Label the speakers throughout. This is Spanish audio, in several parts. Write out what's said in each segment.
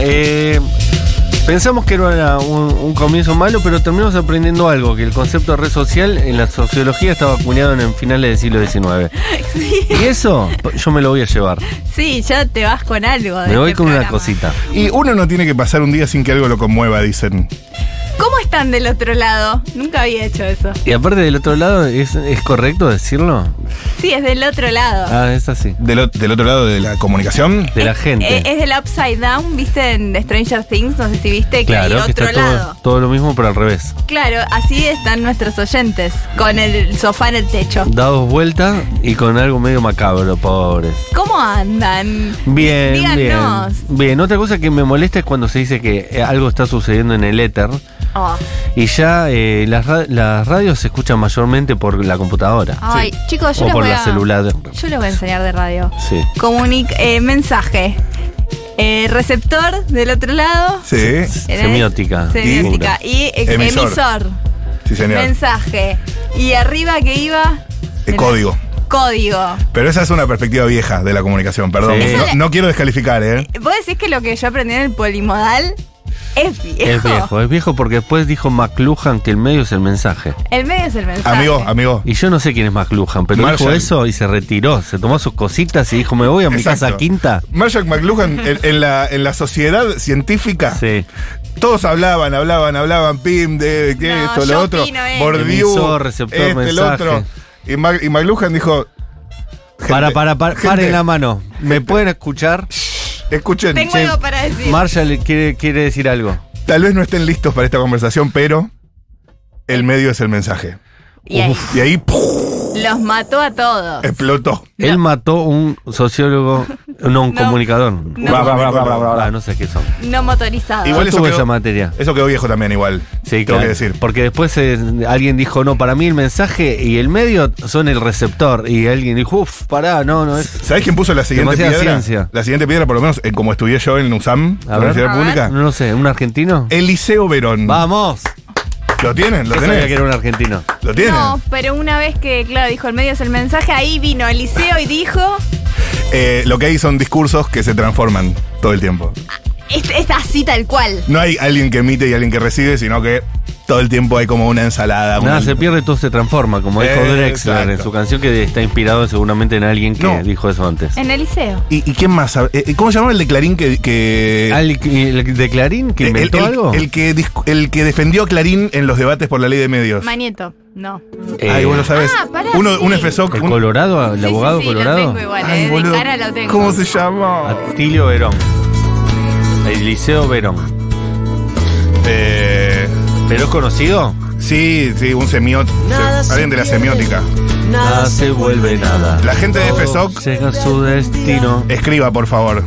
Speaker 1: eh, Pensamos que era un, un comienzo malo, pero terminamos aprendiendo algo, que el concepto de red social en la sociología estaba acuñado en, en finales del siglo XIX.
Speaker 2: Sí,
Speaker 1: Y eso p- yo me lo voy a llevar.
Speaker 2: sí, ya te vas con algo. de
Speaker 1: Me voy
Speaker 2: este
Speaker 1: con una
Speaker 2: programa.
Speaker 1: cosita.
Speaker 3: Y uno no tiene que pasar un día sin que algo lo conmueva, dicen.
Speaker 2: ¿Cómo están del otro lado? Nunca había hecho eso.
Speaker 1: Y aparte del otro lado, ¿es, es correcto decirlo?
Speaker 2: Sí, es del otro lado.
Speaker 1: Ah, es así.
Speaker 3: Del, o- del otro lado de la comunicación.
Speaker 1: De la
Speaker 2: Es-
Speaker 1: gente.
Speaker 2: Es, es del Upside Down, viste en Stranger Things, no sé si viste que
Speaker 1: claro,
Speaker 2: hay
Speaker 1: que
Speaker 2: otro
Speaker 1: está
Speaker 2: lado.
Speaker 1: todo, todo lo mismo, pero al revés.
Speaker 2: Claro, así están nuestros oyentes, con el sofá en el techo.
Speaker 1: Dados vueltas y con algo medio macabro, pobres.
Speaker 2: ¿Cómo andan?
Speaker 1: Bien,
Speaker 2: Díganos.
Speaker 1: bien. Bien, otra cosa que me molesta es cuando se dice que eh, algo está sucediendo en el éter
Speaker 2: Oh.
Speaker 1: y ya eh, las, ra- las radios se escuchan mayormente por la computadora
Speaker 2: Ay, chicos, Ah, yo
Speaker 1: o
Speaker 2: les
Speaker 1: por
Speaker 2: voy
Speaker 1: la
Speaker 2: a-
Speaker 1: celular.
Speaker 2: Yo les voy a enseñar de radio.
Speaker 1: Sí.
Speaker 2: Comunic eh, mensaje. Eh, receptor del otro lado.
Speaker 3: Sí,
Speaker 2: ¿Tenés?
Speaker 1: Semiótica.
Speaker 2: Semiótica. Y ex-
Speaker 3: Emisor.
Speaker 2: emisor.
Speaker 3: sí, señor.
Speaker 2: Mensaje. Y arriba que iba.
Speaker 3: El código.
Speaker 2: Código.
Speaker 3: Pero esa es una perspectiva vieja de la comunicación, perdón.
Speaker 1: Sí.
Speaker 3: No, no quiero descalificar, ¿eh?
Speaker 2: Vos decís que lo que yo aprendí en el polimodal es viejo.
Speaker 1: Es viejo, es viejo porque después dijo McLuhan que el medio es el mensaje.
Speaker 2: El medio es el mensaje.
Speaker 3: Amigo, amigo.
Speaker 1: Y yo no sé quién es McLuhan, pero dijo
Speaker 3: Marshall.
Speaker 1: eso y se retiró, se tomó sus cositas y dijo, me voy a mi
Speaker 3: Exacto.
Speaker 1: casa quinta.
Speaker 3: Marshall McLuhan, en, en la, en la sociedad científica,
Speaker 1: Sí.
Speaker 3: todos hablaban, hablaban, hablaban, pim, de, de
Speaker 2: No,
Speaker 3: esto,
Speaker 2: yo
Speaker 3: lo otro,
Speaker 2: opino esto.
Speaker 3: Bordiú,
Speaker 1: Emisor, receptor,
Speaker 3: este, el
Speaker 1: mensaje.
Speaker 3: otro. Y, Mac- y McLuhan dijo, gente,
Speaker 1: para, para, para,
Speaker 3: gente,
Speaker 1: paren la mano. ¿Me pueden escuchar?
Speaker 3: escuchen,
Speaker 2: Tengo
Speaker 1: Che,
Speaker 2: algo para decir.
Speaker 1: Marshall quiere, quiere decir algo.
Speaker 3: tal vez no estén listos para esta conversación, pero el medio es el mensaje.
Speaker 2: y ahí,
Speaker 3: Y ahí ¡puf!
Speaker 2: los mató a todos.
Speaker 3: explotó.
Speaker 1: Él mató un sociólogo, no, un
Speaker 2: No.
Speaker 1: comunicador.
Speaker 2: No.
Speaker 3: Bra, bra, bra, bra, bra, bra.
Speaker 1: Ah, no sé qué son.
Speaker 2: No motorizado.
Speaker 3: Igual
Speaker 1: Yo
Speaker 3: eso
Speaker 1: tuve
Speaker 3: quedó-
Speaker 1: esa materia.
Speaker 3: Eso quedó viejo también igual,
Speaker 1: Sí,
Speaker 3: tengo
Speaker 1: claro.
Speaker 3: que decir.
Speaker 1: Porque después eh, alguien dijo, no, para mí el mensaje y el medio son el receptor. Y alguien dijo, uff, pará, no, no es.
Speaker 3: ¿Sabés quién puso la siguiente
Speaker 1: Demasiada
Speaker 3: piedra?
Speaker 1: ciencia.
Speaker 3: La siguiente piedra, por lo menos, eh, como estudié yo en USAM,
Speaker 1: A
Speaker 3: la
Speaker 1: ver.
Speaker 3: Universidad
Speaker 2: A
Speaker 3: Pública.
Speaker 1: No lo sé, ¿un argentino?
Speaker 3: Eliseo Verón.
Speaker 1: ¡Vamos!
Speaker 3: ¿Lo tienen? Eh, ¿Lo Ah,
Speaker 1: Yo sabía que
Speaker 3: tienen?
Speaker 1: era un argentino.
Speaker 3: ¿Lo tienen?
Speaker 2: No, pero una vez que, claro, dijo el medio es el mensaje, ahí vino el liceo y dijo,
Speaker 3: Eh, lo que hay son discursos que se transforman todo el tiempo.
Speaker 2: es, es así tal cual.
Speaker 3: No hay alguien que emite y alguien que recibe, sino que todo el tiempo hay como una ensalada.
Speaker 1: Nada
Speaker 3: un-
Speaker 1: se pierde, todo se transforma, como dijo
Speaker 3: Eh,
Speaker 1: Drexler en
Speaker 3: exacto.
Speaker 1: su canción que está inspirado seguramente en alguien que
Speaker 3: No.
Speaker 1: dijo eso antes.
Speaker 2: En el liceo.
Speaker 3: ¿Y, y quién más? sabe? Eh, ¿Cómo se llamaba el de Clarín que... que-
Speaker 1: ¿Al- ¿El de Clarín que
Speaker 3: Eh, el- el,
Speaker 1: inventó
Speaker 3: el-
Speaker 1: algo?
Speaker 3: el que discu- el que defendió a Clarín en los debates por la ley de medios.
Speaker 2: Manieto, no.
Speaker 1: Eh,
Speaker 3: Ay, vos lo sabés.
Speaker 2: Ah, pará,
Speaker 3: uno,
Speaker 2: sí.
Speaker 3: un FSOC.
Speaker 1: ¿El
Speaker 3: un-
Speaker 1: Colorado? ¿El
Speaker 2: Sí, sí,
Speaker 1: abogado
Speaker 2: sí,
Speaker 1: Colorado?
Speaker 2: Lo tengo igual,
Speaker 3: Ay,
Speaker 2: eh, de
Speaker 3: boludo,
Speaker 2: cara lo tengo.
Speaker 3: ¿Cómo se llama?
Speaker 1: Atilio Verón. El Liceo Verón.
Speaker 3: Eh,
Speaker 1: ¿Pero es conocido?
Speaker 3: sí, sí, un semiótico. Alguien de la semiótica.
Speaker 1: Nada se vuelve nada.
Speaker 3: La gente de
Speaker 1: Todo
Speaker 3: FSOC-
Speaker 1: Llega a su destino.
Speaker 3: Escriba, por favor.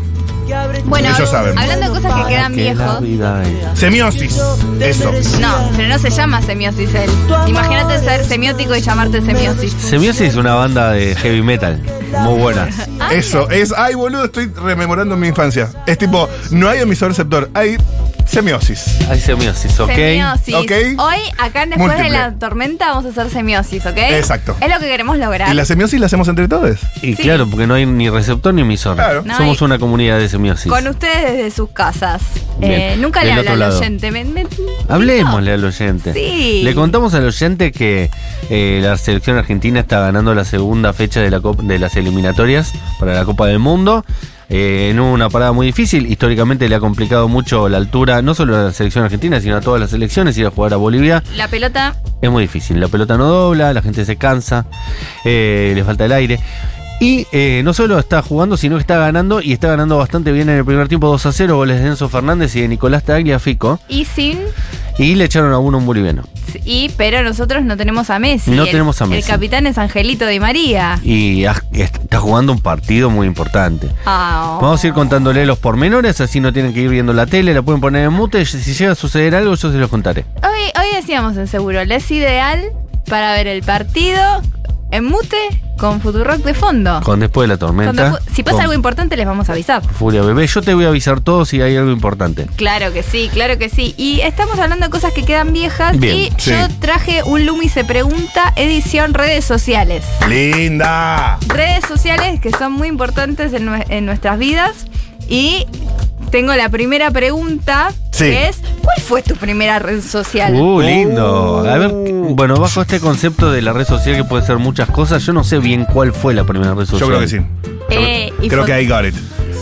Speaker 2: Bueno,
Speaker 3: Ellos saben.
Speaker 2: hablando de cosas que quedan
Speaker 1: Que la
Speaker 2: viejos.
Speaker 1: vida es-
Speaker 3: Semiosis. Eso.
Speaker 2: No, pero no se llama semiosis él. Imagínate ser semiótico y llamarte semiosis.
Speaker 1: Semiosis es una banda de heavy metal. Muy buena.
Speaker 3: Eso es. Ay, boludo, estoy rememorando mi infancia. Es tipo, no hay emisor receptor, hay semiosis.
Speaker 1: Hay semiosis, ¿ok?
Speaker 2: Semiosis.
Speaker 3: Ok.
Speaker 2: Hoy, acá en después de
Speaker 3: Múltiple.
Speaker 2: la tormenta, vamos a hacer semiosis, ¿ok?
Speaker 3: Exacto.
Speaker 2: Es lo que queremos lograr.
Speaker 3: ¿Y la semiosis la hacemos entre todos?
Speaker 1: Y
Speaker 2: Sí.
Speaker 1: claro, porque no hay ni receptor ni emisor.
Speaker 3: Claro.
Speaker 2: No
Speaker 1: Somos
Speaker 2: hay-
Speaker 1: una comunidad de semiosis.
Speaker 2: Con ustedes desde sus casas. Eh,
Speaker 1: Bien.
Speaker 2: nunca
Speaker 1: Del
Speaker 2: le
Speaker 1: otro
Speaker 2: habla al
Speaker 1: lado.
Speaker 2: oyente. Me- me-
Speaker 1: Hablemosle al oyente.
Speaker 2: Sí.
Speaker 1: Le contamos al oyente que eh, la selección argentina está ganando la segunda fecha de, la cop- de las eliminatorias para la Copa del Mundo. eh, en una parada muy difícil, históricamente le ha complicado mucho la altura, no solo a la selección argentina, sino a todas las selecciones, ir a jugar a Bolivia.
Speaker 2: La pelota
Speaker 1: Es muy difícil. La pelota no dobla, la gente se cansa, eh, le falta el aire. Y eh, no solo está jugando, sino que está ganando y está ganando bastante bien en el primer tiempo 2 a 0, goles de Enzo Fernández y de Nicolás Tagliafico.
Speaker 2: y sin.
Speaker 1: Y le echaron a uno un boliviano.
Speaker 2: Y, pero nosotros no tenemos a Messi.
Speaker 1: No
Speaker 2: El-
Speaker 1: tenemos a
Speaker 2: El
Speaker 1: Messi.
Speaker 2: capitán es Angelito Di María.
Speaker 1: Y as- está jugando un partido muy importante.
Speaker 2: Ah, oh.
Speaker 1: Vamos a ir contándole los pormenores, así no tienen que ir viendo la tele, la pueden poner en mute. y Si llega a suceder algo, yo se los contaré.
Speaker 2: Hoy, hoy decíamos en Seguro, es ideal para ver el partido en mute con Futurock de fondo.
Speaker 1: Con después de la tormenta.
Speaker 2: Ah. Cuando fu- si pasa
Speaker 1: con
Speaker 2: algo importante les vamos a avisar.
Speaker 1: Furia bebé, yo te voy a avisar todo si hay algo importante.
Speaker 2: Claro que sí, claro que sí. Y estamos hablando de cosas que quedan viejas
Speaker 1: Bien,
Speaker 2: y
Speaker 3: sí.
Speaker 2: yo traje un Lumi se pregunta edición redes sociales.
Speaker 3: ¡Linda!
Speaker 2: Redes sociales que son muy importantes en, nue- en nuestras vidas y tengo la primera pregunta,
Speaker 3: Sí.
Speaker 2: que es, ¿cuál fue tu primera red social?
Speaker 1: Uh, lindo.
Speaker 3: Uh.
Speaker 1: A ver, bueno, bajo este concepto de la red social que puede ser muchas cosas, yo no sé bien cuál fue la primera red social.
Speaker 3: Yo creo que sí.
Speaker 2: Eh, y
Speaker 3: creo
Speaker 2: fo-
Speaker 3: que I got it.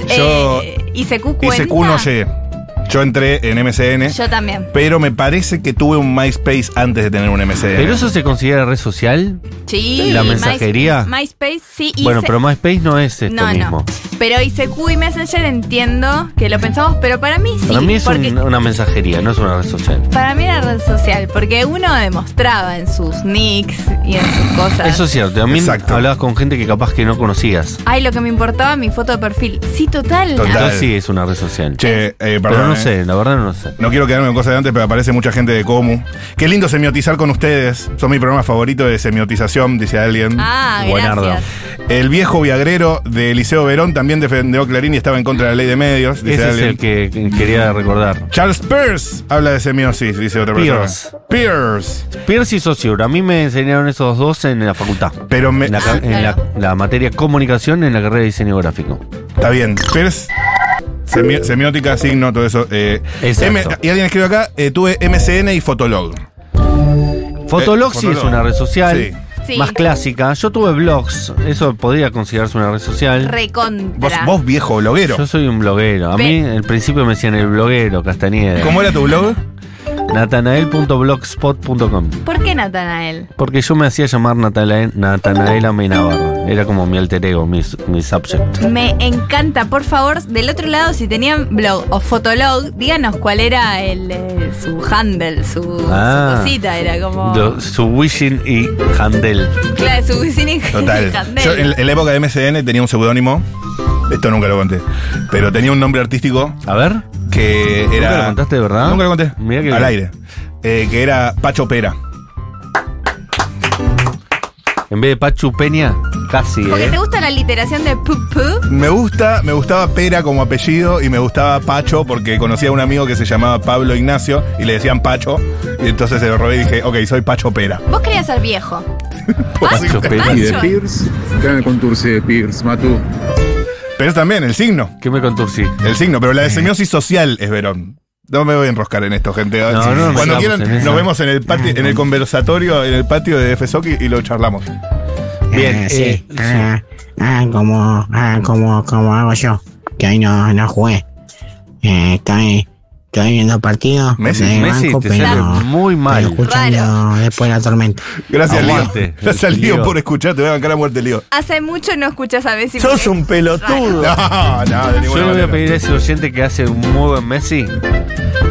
Speaker 2: eh,
Speaker 3: Yo
Speaker 2: ICQ cuenta.
Speaker 3: ICQ no llegué. Yo entré en MSN,
Speaker 2: Yo también.
Speaker 3: pero me parece que tuve un MySpace antes de tener un MSN.
Speaker 1: ¿Pero eso se considera red social?
Speaker 2: Sí.
Speaker 1: ¿La mensajería?
Speaker 2: My- MySpace, sí. y
Speaker 1: Bueno,
Speaker 2: se-
Speaker 1: pero MySpace no es esto
Speaker 2: No,
Speaker 1: mismo.
Speaker 2: no. Pero ICQ y Messenger entiendo que lo pensamos, pero para mí sí.
Speaker 1: Para mí es un-
Speaker 2: porque
Speaker 1: una mensajería, no es una red social.
Speaker 2: Para mí era red social, porque uno demostraba en sus nicks y en sus cosas.
Speaker 1: Eso es cierto, también
Speaker 3: Exacto.
Speaker 1: hablabas con gente que capaz que no conocías.
Speaker 2: Ay, lo que me importaba mi foto de perfil. Sí, total.
Speaker 3: Total.
Speaker 2: Ah,
Speaker 1: Entonces sí es una red social.
Speaker 3: Che, eh, perdón.
Speaker 1: pero no
Speaker 3: eh.
Speaker 1: sé, la verdad no sé.
Speaker 3: No quiero quedarme con cosas de antes, pero aparece mucha gente de Comu. Qué lindo semiotizar con ustedes. Son mi programa favorito de semiotización, dice alguien.
Speaker 2: Ah,
Speaker 1: Buenardo.
Speaker 2: gracias.
Speaker 3: El viejo viagrero de Eliseo Verón también defendió a Clarín y estaba en contra de la ley de medios, dice
Speaker 1: Ese es
Speaker 3: alguien.
Speaker 1: el que que quería recordar.
Speaker 3: Charles Pierce habla de semiosis, dice otra
Speaker 1: Pierce.
Speaker 3: persona. Pierce.
Speaker 1: Pierce y Saussure, a mí me enseñaron esos dos en la facultad.
Speaker 3: Pero me.
Speaker 1: En la, ca-
Speaker 2: Ah,
Speaker 1: en la-
Speaker 2: claro.
Speaker 1: la materia comunicación en la carrera de diseño gráfico.
Speaker 3: Está bien. Pierce. semi- semiótica, signo, todo eso. eh.
Speaker 1: Exacto.
Speaker 3: M- y alguien escribe acá, eh, tuve MCN y Fotolog.
Speaker 1: Fotolog sí
Speaker 3: Eh, Fotolog.
Speaker 1: es una red social
Speaker 2: Sí. Sí.
Speaker 1: más clásica. Yo tuve blogs, eso podría considerarse una red social.
Speaker 3: Vos,
Speaker 2: Recontra.
Speaker 3: vos viejo bloguero.
Speaker 1: Yo soy un bloguero. A
Speaker 2: Pe-
Speaker 1: mí al principio me decían el bloguero, Castañeda.
Speaker 3: ¿Cómo era tu blog?
Speaker 1: Natanael.blogspot.com
Speaker 2: ¿Por qué Natanael?
Speaker 1: Porque yo me hacía llamar Natanael, Natanael Amenábar. Era como mi alter ego, mi, mi subject.
Speaker 2: Me encanta, por favor, del otro lado, si tenían blog o fotolog, díganos cuál era el, eh, su handle, su, su
Speaker 1: Ah.
Speaker 2: cosita, era como...
Speaker 1: Lo- su wishing y Handel.
Speaker 2: Claro, su vecina y
Speaker 3: Total.
Speaker 2: handle.
Speaker 3: Yo en, en la época de MSN tenía un seudónimo. Esto nunca lo conté. Pero tenía un nombre artístico
Speaker 1: A ver.
Speaker 3: que era.
Speaker 1: lo contaste de verdad?
Speaker 3: Nunca lo conté.
Speaker 1: Mirá que
Speaker 3: Al
Speaker 1: bien.
Speaker 3: aire. Eh, que era Pacho Pera.
Speaker 1: En vez de Pachu Peña, casi,
Speaker 2: Porque
Speaker 1: ¿eh?
Speaker 2: te gusta la literación de pu pu.
Speaker 3: Me gusta, me gustaba Pera como apellido y me gustaba Pacho porque conocía a un amigo que se llamaba Pablo Ignacio y le decían Pacho. Y entonces se lo robé y dije, ok, soy Pacho Pera.
Speaker 2: Vos querías ser viejo.
Speaker 1: Pacho Pera.
Speaker 4: Y de
Speaker 2: Pacho.
Speaker 4: Pierce, gran contursi de Pierce, Matú.
Speaker 3: Pero también, el signo.
Speaker 1: ¿Qué me conturcí?
Speaker 3: El signo, pero la
Speaker 1: Eh.
Speaker 3: de semiosis social es Verón. No me voy a enroscar en esto, gente.
Speaker 1: No, no nos
Speaker 3: Cuando
Speaker 1: metamos
Speaker 3: quieran,
Speaker 1: en Mm. eso.
Speaker 3: nos vemos en el, pati- en el conversatorio, en el patio de FSOC y, y lo charlamos.
Speaker 1: Bien,
Speaker 5: Ah, sí.
Speaker 1: eh,
Speaker 5: Ah, ah, como, ah, como, como hago yo, que hoy no, no jugué. Eh, estoy, estoy viendo partidos.
Speaker 3: Messi,
Speaker 5: de
Speaker 1: Messi,
Speaker 5: banco,
Speaker 1: te sale
Speaker 5: pero-
Speaker 1: muy
Speaker 5: pero
Speaker 1: mal.
Speaker 5: escuchando después de la tormenta.
Speaker 3: Gracias,
Speaker 1: Aguante,
Speaker 3: Lío. Gracias,
Speaker 1: el
Speaker 3: Lío,
Speaker 1: Lío.
Speaker 3: por escuchar. Te voy a bancar a muerte, Lío.
Speaker 2: Hace mucho no escuchas a Bessie.
Speaker 3: Sos un pelotudo. No, no,
Speaker 1: Yo
Speaker 3: de ninguna
Speaker 1: le voy
Speaker 3: manera.
Speaker 1: a pedir a ese oyente que hace un muy buen Messi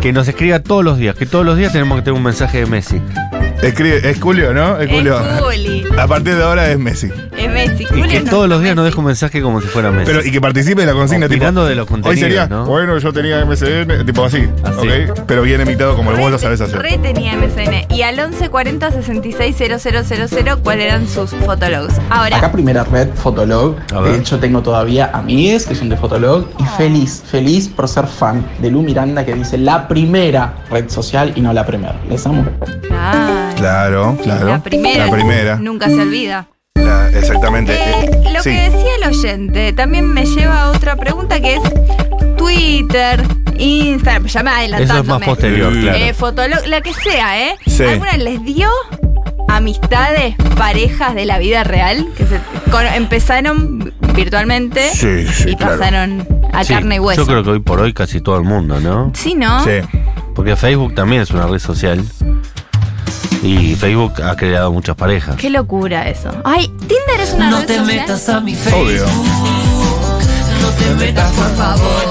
Speaker 1: que nos escriba todos los días, que todos los días tenemos que tener un mensaje de Messi.
Speaker 3: Escribe, es Julio, ¿no? Es Julio.
Speaker 2: Es Juli.
Speaker 3: A partir de ahora es Messi.
Speaker 2: Es Messi.
Speaker 1: Y
Speaker 2: Juli
Speaker 1: que
Speaker 2: no-
Speaker 1: todos los días nos
Speaker 2: Messi.
Speaker 1: deje un mensaje como si fuera Messi.
Speaker 3: Pero, y que participe de la consigna,
Speaker 1: Opinando
Speaker 3: tipo.
Speaker 1: de los
Speaker 3: Hoy
Speaker 1: contenidos,
Speaker 3: sería,
Speaker 1: ¿no?
Speaker 3: bueno, yo tenía MSN, tipo así,
Speaker 1: Así.
Speaker 3: ¿ok? Pero bien imitado como vos lo sabés hacer.
Speaker 2: Re tenía MSN. Y al 11 40 66 000, ¿cuáles eran sus fotologs?
Speaker 6: Acá
Speaker 2: Ahora,
Speaker 6: primera red, Fotolog.
Speaker 1: A ver.
Speaker 6: De hecho, tengo todavía amigues que son de Fotolog. Y feliz, feliz por ser fan de Lu Miranda que dice la primera red social y no la primera. Les amo.
Speaker 2: Ay,
Speaker 3: Claro, claro.
Speaker 2: la primera.
Speaker 3: La primera.
Speaker 2: Nunca se olvida.
Speaker 3: La- exactamente.
Speaker 2: Eh,
Speaker 3: Eh,
Speaker 2: lo
Speaker 3: sí.
Speaker 2: que decía el oyente también me lleva a otra pregunta que es Twitter, Instagram, ya me
Speaker 1: Eso es más
Speaker 2: adelantándome.
Speaker 1: posterior,
Speaker 3: Eh,
Speaker 1: claro.
Speaker 2: Eh, Fotolog, la que sea, ¿eh?
Speaker 3: Sí.
Speaker 2: ¿Alguna les dio amistades, parejas de la vida real? Que se con- empezaron virtualmente
Speaker 3: Sí, sí,
Speaker 2: ¿eh? y
Speaker 3: claro.
Speaker 2: pasaron a
Speaker 1: Sí,
Speaker 2: carne y hueso.
Speaker 1: Yo creo que hoy por hoy casi todo el mundo, ¿no?
Speaker 2: Sí, ¿no?
Speaker 3: Sí.
Speaker 1: Porque Facebook también es una red social. Y Facebook ha creado muchas parejas.
Speaker 2: Qué locura eso. Ay, Tinder es una
Speaker 7: No
Speaker 2: red
Speaker 7: te
Speaker 2: social?
Speaker 7: metas a mi
Speaker 3: Obvio.
Speaker 7: Facebook. No te metas, por favor.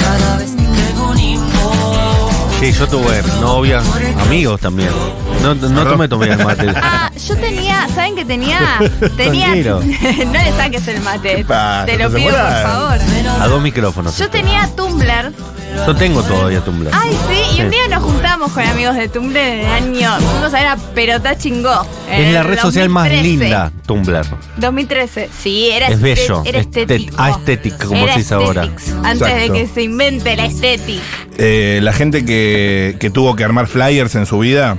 Speaker 7: Cada vez que tengo un info.
Speaker 1: Sí, yo tuve novias, amigos también. No, no tomé tomé el mate.
Speaker 2: Ah, yo tenía, ¿saben qué tenía? Tenía. no
Speaker 1: Tranquilo.
Speaker 2: le saques el mate.
Speaker 3: pasa?
Speaker 2: Te lo
Speaker 3: ¿Te
Speaker 2: pido, por
Speaker 3: acordás?
Speaker 2: favor.
Speaker 1: A dos micrófonos.
Speaker 2: Yo tenía Tumblr.
Speaker 1: Yo tengo todavía Tumblr.
Speaker 2: Ay, sí. Y un
Speaker 1: Sí.
Speaker 2: día nos juntamos con amigos de Tumblr en el año. Fuimos a ver a Pelota Chingó. en
Speaker 1: Es la
Speaker 2: el
Speaker 1: red social más
Speaker 2: 2013.
Speaker 1: linda, Tumblr.
Speaker 2: 2013. Sí, era,
Speaker 1: Es
Speaker 2: estet-
Speaker 1: bello,
Speaker 2: era
Speaker 1: estet-
Speaker 2: estético.
Speaker 1: ah, estético, como
Speaker 2: Era
Speaker 1: se dice ahora.
Speaker 2: estético, Antes
Speaker 3: Exacto.
Speaker 2: de que se invente la estética.
Speaker 3: Eh, la gente que, que tuvo que armar flyers en su vida,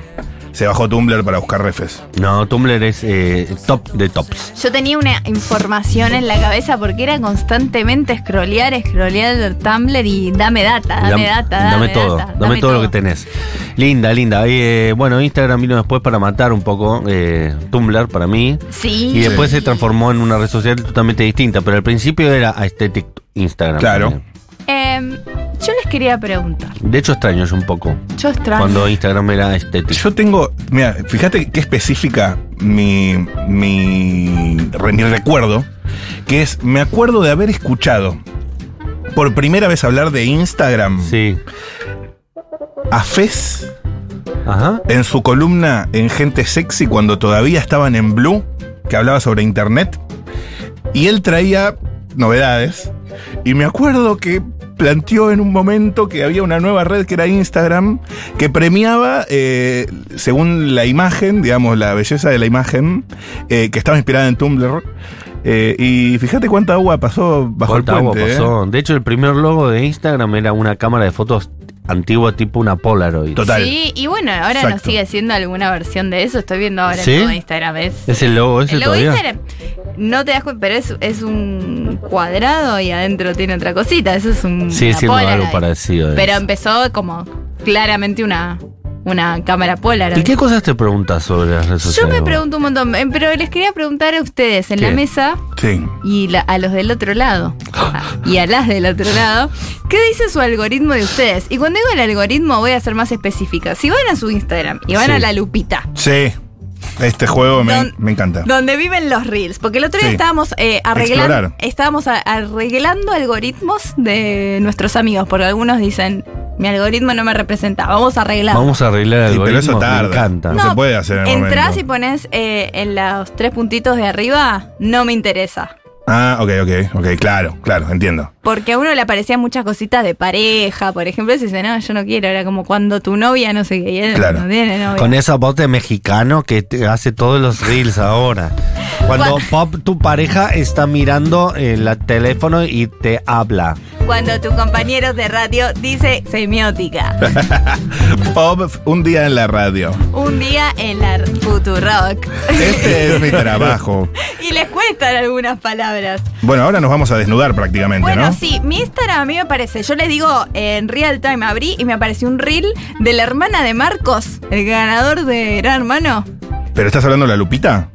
Speaker 3: se bajó Tumblr para buscar refes.
Speaker 1: No, Tumblr es eh, top de tops.
Speaker 2: Yo tenía una información en la cabeza porque era constantemente scrollear, scrollear el Tumblr y dame data, Ah, dame
Speaker 1: Dam-
Speaker 2: data, dame,
Speaker 1: todo,
Speaker 2: data,
Speaker 1: dame, todo, lo que tenés. Linda, linda. Ahí, eh, bueno, Instagram vino después para matar un poco eh, Tumblr para mí.
Speaker 2: Sí.
Speaker 1: Y después se transformó en una red social totalmente distinta, pero al principio era Aesthetic Instagram.
Speaker 3: Claro.
Speaker 1: también.
Speaker 2: Em, yo les quería preguntar.
Speaker 1: De hecho, extraño yo un poco
Speaker 2: Yo extraño.
Speaker 1: cuando Instagram era Aesthetic.
Speaker 3: Yo tengo, mira, fíjate qué específica mi, mi, re- mi recuerdo, que es, me acuerdo de haber escuchado por primera vez hablar de Instagram
Speaker 1: Sí.
Speaker 3: a Fez
Speaker 1: Ajá.
Speaker 3: en su columna en Gente Sexy cuando todavía estaban en Blue, que hablaba sobre Internet, y él traía novedades, y me acuerdo que planteó en un momento que había una nueva red que era Instagram, que premiaba, eh, según la imagen, digamos, la belleza de la imagen, eh, que estaba inspirada en Tumblr, eh, y fíjate cuánta agua pasó bajo
Speaker 1: ¿Cuánta
Speaker 3: el
Speaker 1: agua
Speaker 3: puente. ¿eh?
Speaker 1: pasó? De hecho, el primer logo de Instagram era una cámara de fotos antigua tipo una Polaroid.
Speaker 3: Total.
Speaker 2: Sí, y bueno, ahora nos
Speaker 3: Exacto.
Speaker 2: sigue siendo alguna versión de eso. Estoy viendo ahora
Speaker 1: ¿Sí?
Speaker 2: en Instagram. Es,
Speaker 1: ¿Es el logo ese
Speaker 2: el logo de
Speaker 1: todavía?
Speaker 2: Instagram. No te das cuenta, pero es, es un cuadrado y adentro tiene otra cosita. Eso es un.
Speaker 1: Sí,
Speaker 2: una
Speaker 1: siendo algo
Speaker 2: Polaroid.
Speaker 1: parecido. de
Speaker 2: Pero
Speaker 1: eso.
Speaker 2: empezó como claramente una, una cámara Polaroid.
Speaker 1: ¿Y qué cosas te preguntas sobre las redes
Speaker 2: Yo
Speaker 1: sociales?
Speaker 2: me
Speaker 1: vos?
Speaker 2: pregunto un montón, eh, pero les quería preguntar a ustedes en la
Speaker 1: ¿Qué?
Speaker 2: mesa
Speaker 3: Sí.
Speaker 2: y la- a los del otro lado ah, y a las del otro lado, ¿qué dice su algoritmo de ustedes? Y cuando digo el algoritmo voy a ser más específica. Si van a su Instagram y van
Speaker 1: Sí.
Speaker 2: a la lupita,
Speaker 3: Sí. Este juego me,
Speaker 2: Don-
Speaker 3: me encanta.
Speaker 2: donde viven los reels, porque el otro día
Speaker 3: Sí.
Speaker 2: estábamos eh, arreglando,
Speaker 3: Explorar.
Speaker 2: estábamos a- arreglando algoritmos de nuestros amigos, porque algunos dicen mi algoritmo no me representa, vamos a arreglarlo.
Speaker 1: Vamos a arreglar el
Speaker 3: Sí, pero eso
Speaker 1: algoritmo, me
Speaker 3: tarda.
Speaker 1: encanta.
Speaker 3: No se puede hacer en el
Speaker 2: Entrás
Speaker 3: momento.
Speaker 2: y pones eh, en los tres puntitos de arriba, no me interesa.
Speaker 3: Ah, ok, ok, ok, claro, claro, entiendo.
Speaker 2: Porque a uno le aparecían muchas cositas de pareja, por ejemplo, y se dice, no, yo no quiero, era como cuando tu novia, no sé qué, y él
Speaker 3: Claro.
Speaker 2: no tiene novia.
Speaker 1: Con esa voz de mexicano que te hace todos los reels ahora. Cuando Pop, tu pareja está mirando el teléfono y te habla.
Speaker 2: Cuando tu compañero de radio dice semiótica.
Speaker 3: Pop, un día en la radio.
Speaker 2: Un día en la Futurock.
Speaker 3: Este es mi trabajo.
Speaker 2: y les cuestan algunas palabras.
Speaker 3: Bueno, ahora nos vamos a desnudar prácticamente,
Speaker 2: Bueno,
Speaker 3: ¿no?
Speaker 2: sí, mi Instagram a mí me parece, yo les digo, en real time abrí y me apareció un reel de la hermana de Marcos, el ganador de Gran Hermano.
Speaker 3: ¿Pero estás hablando de la Lupita?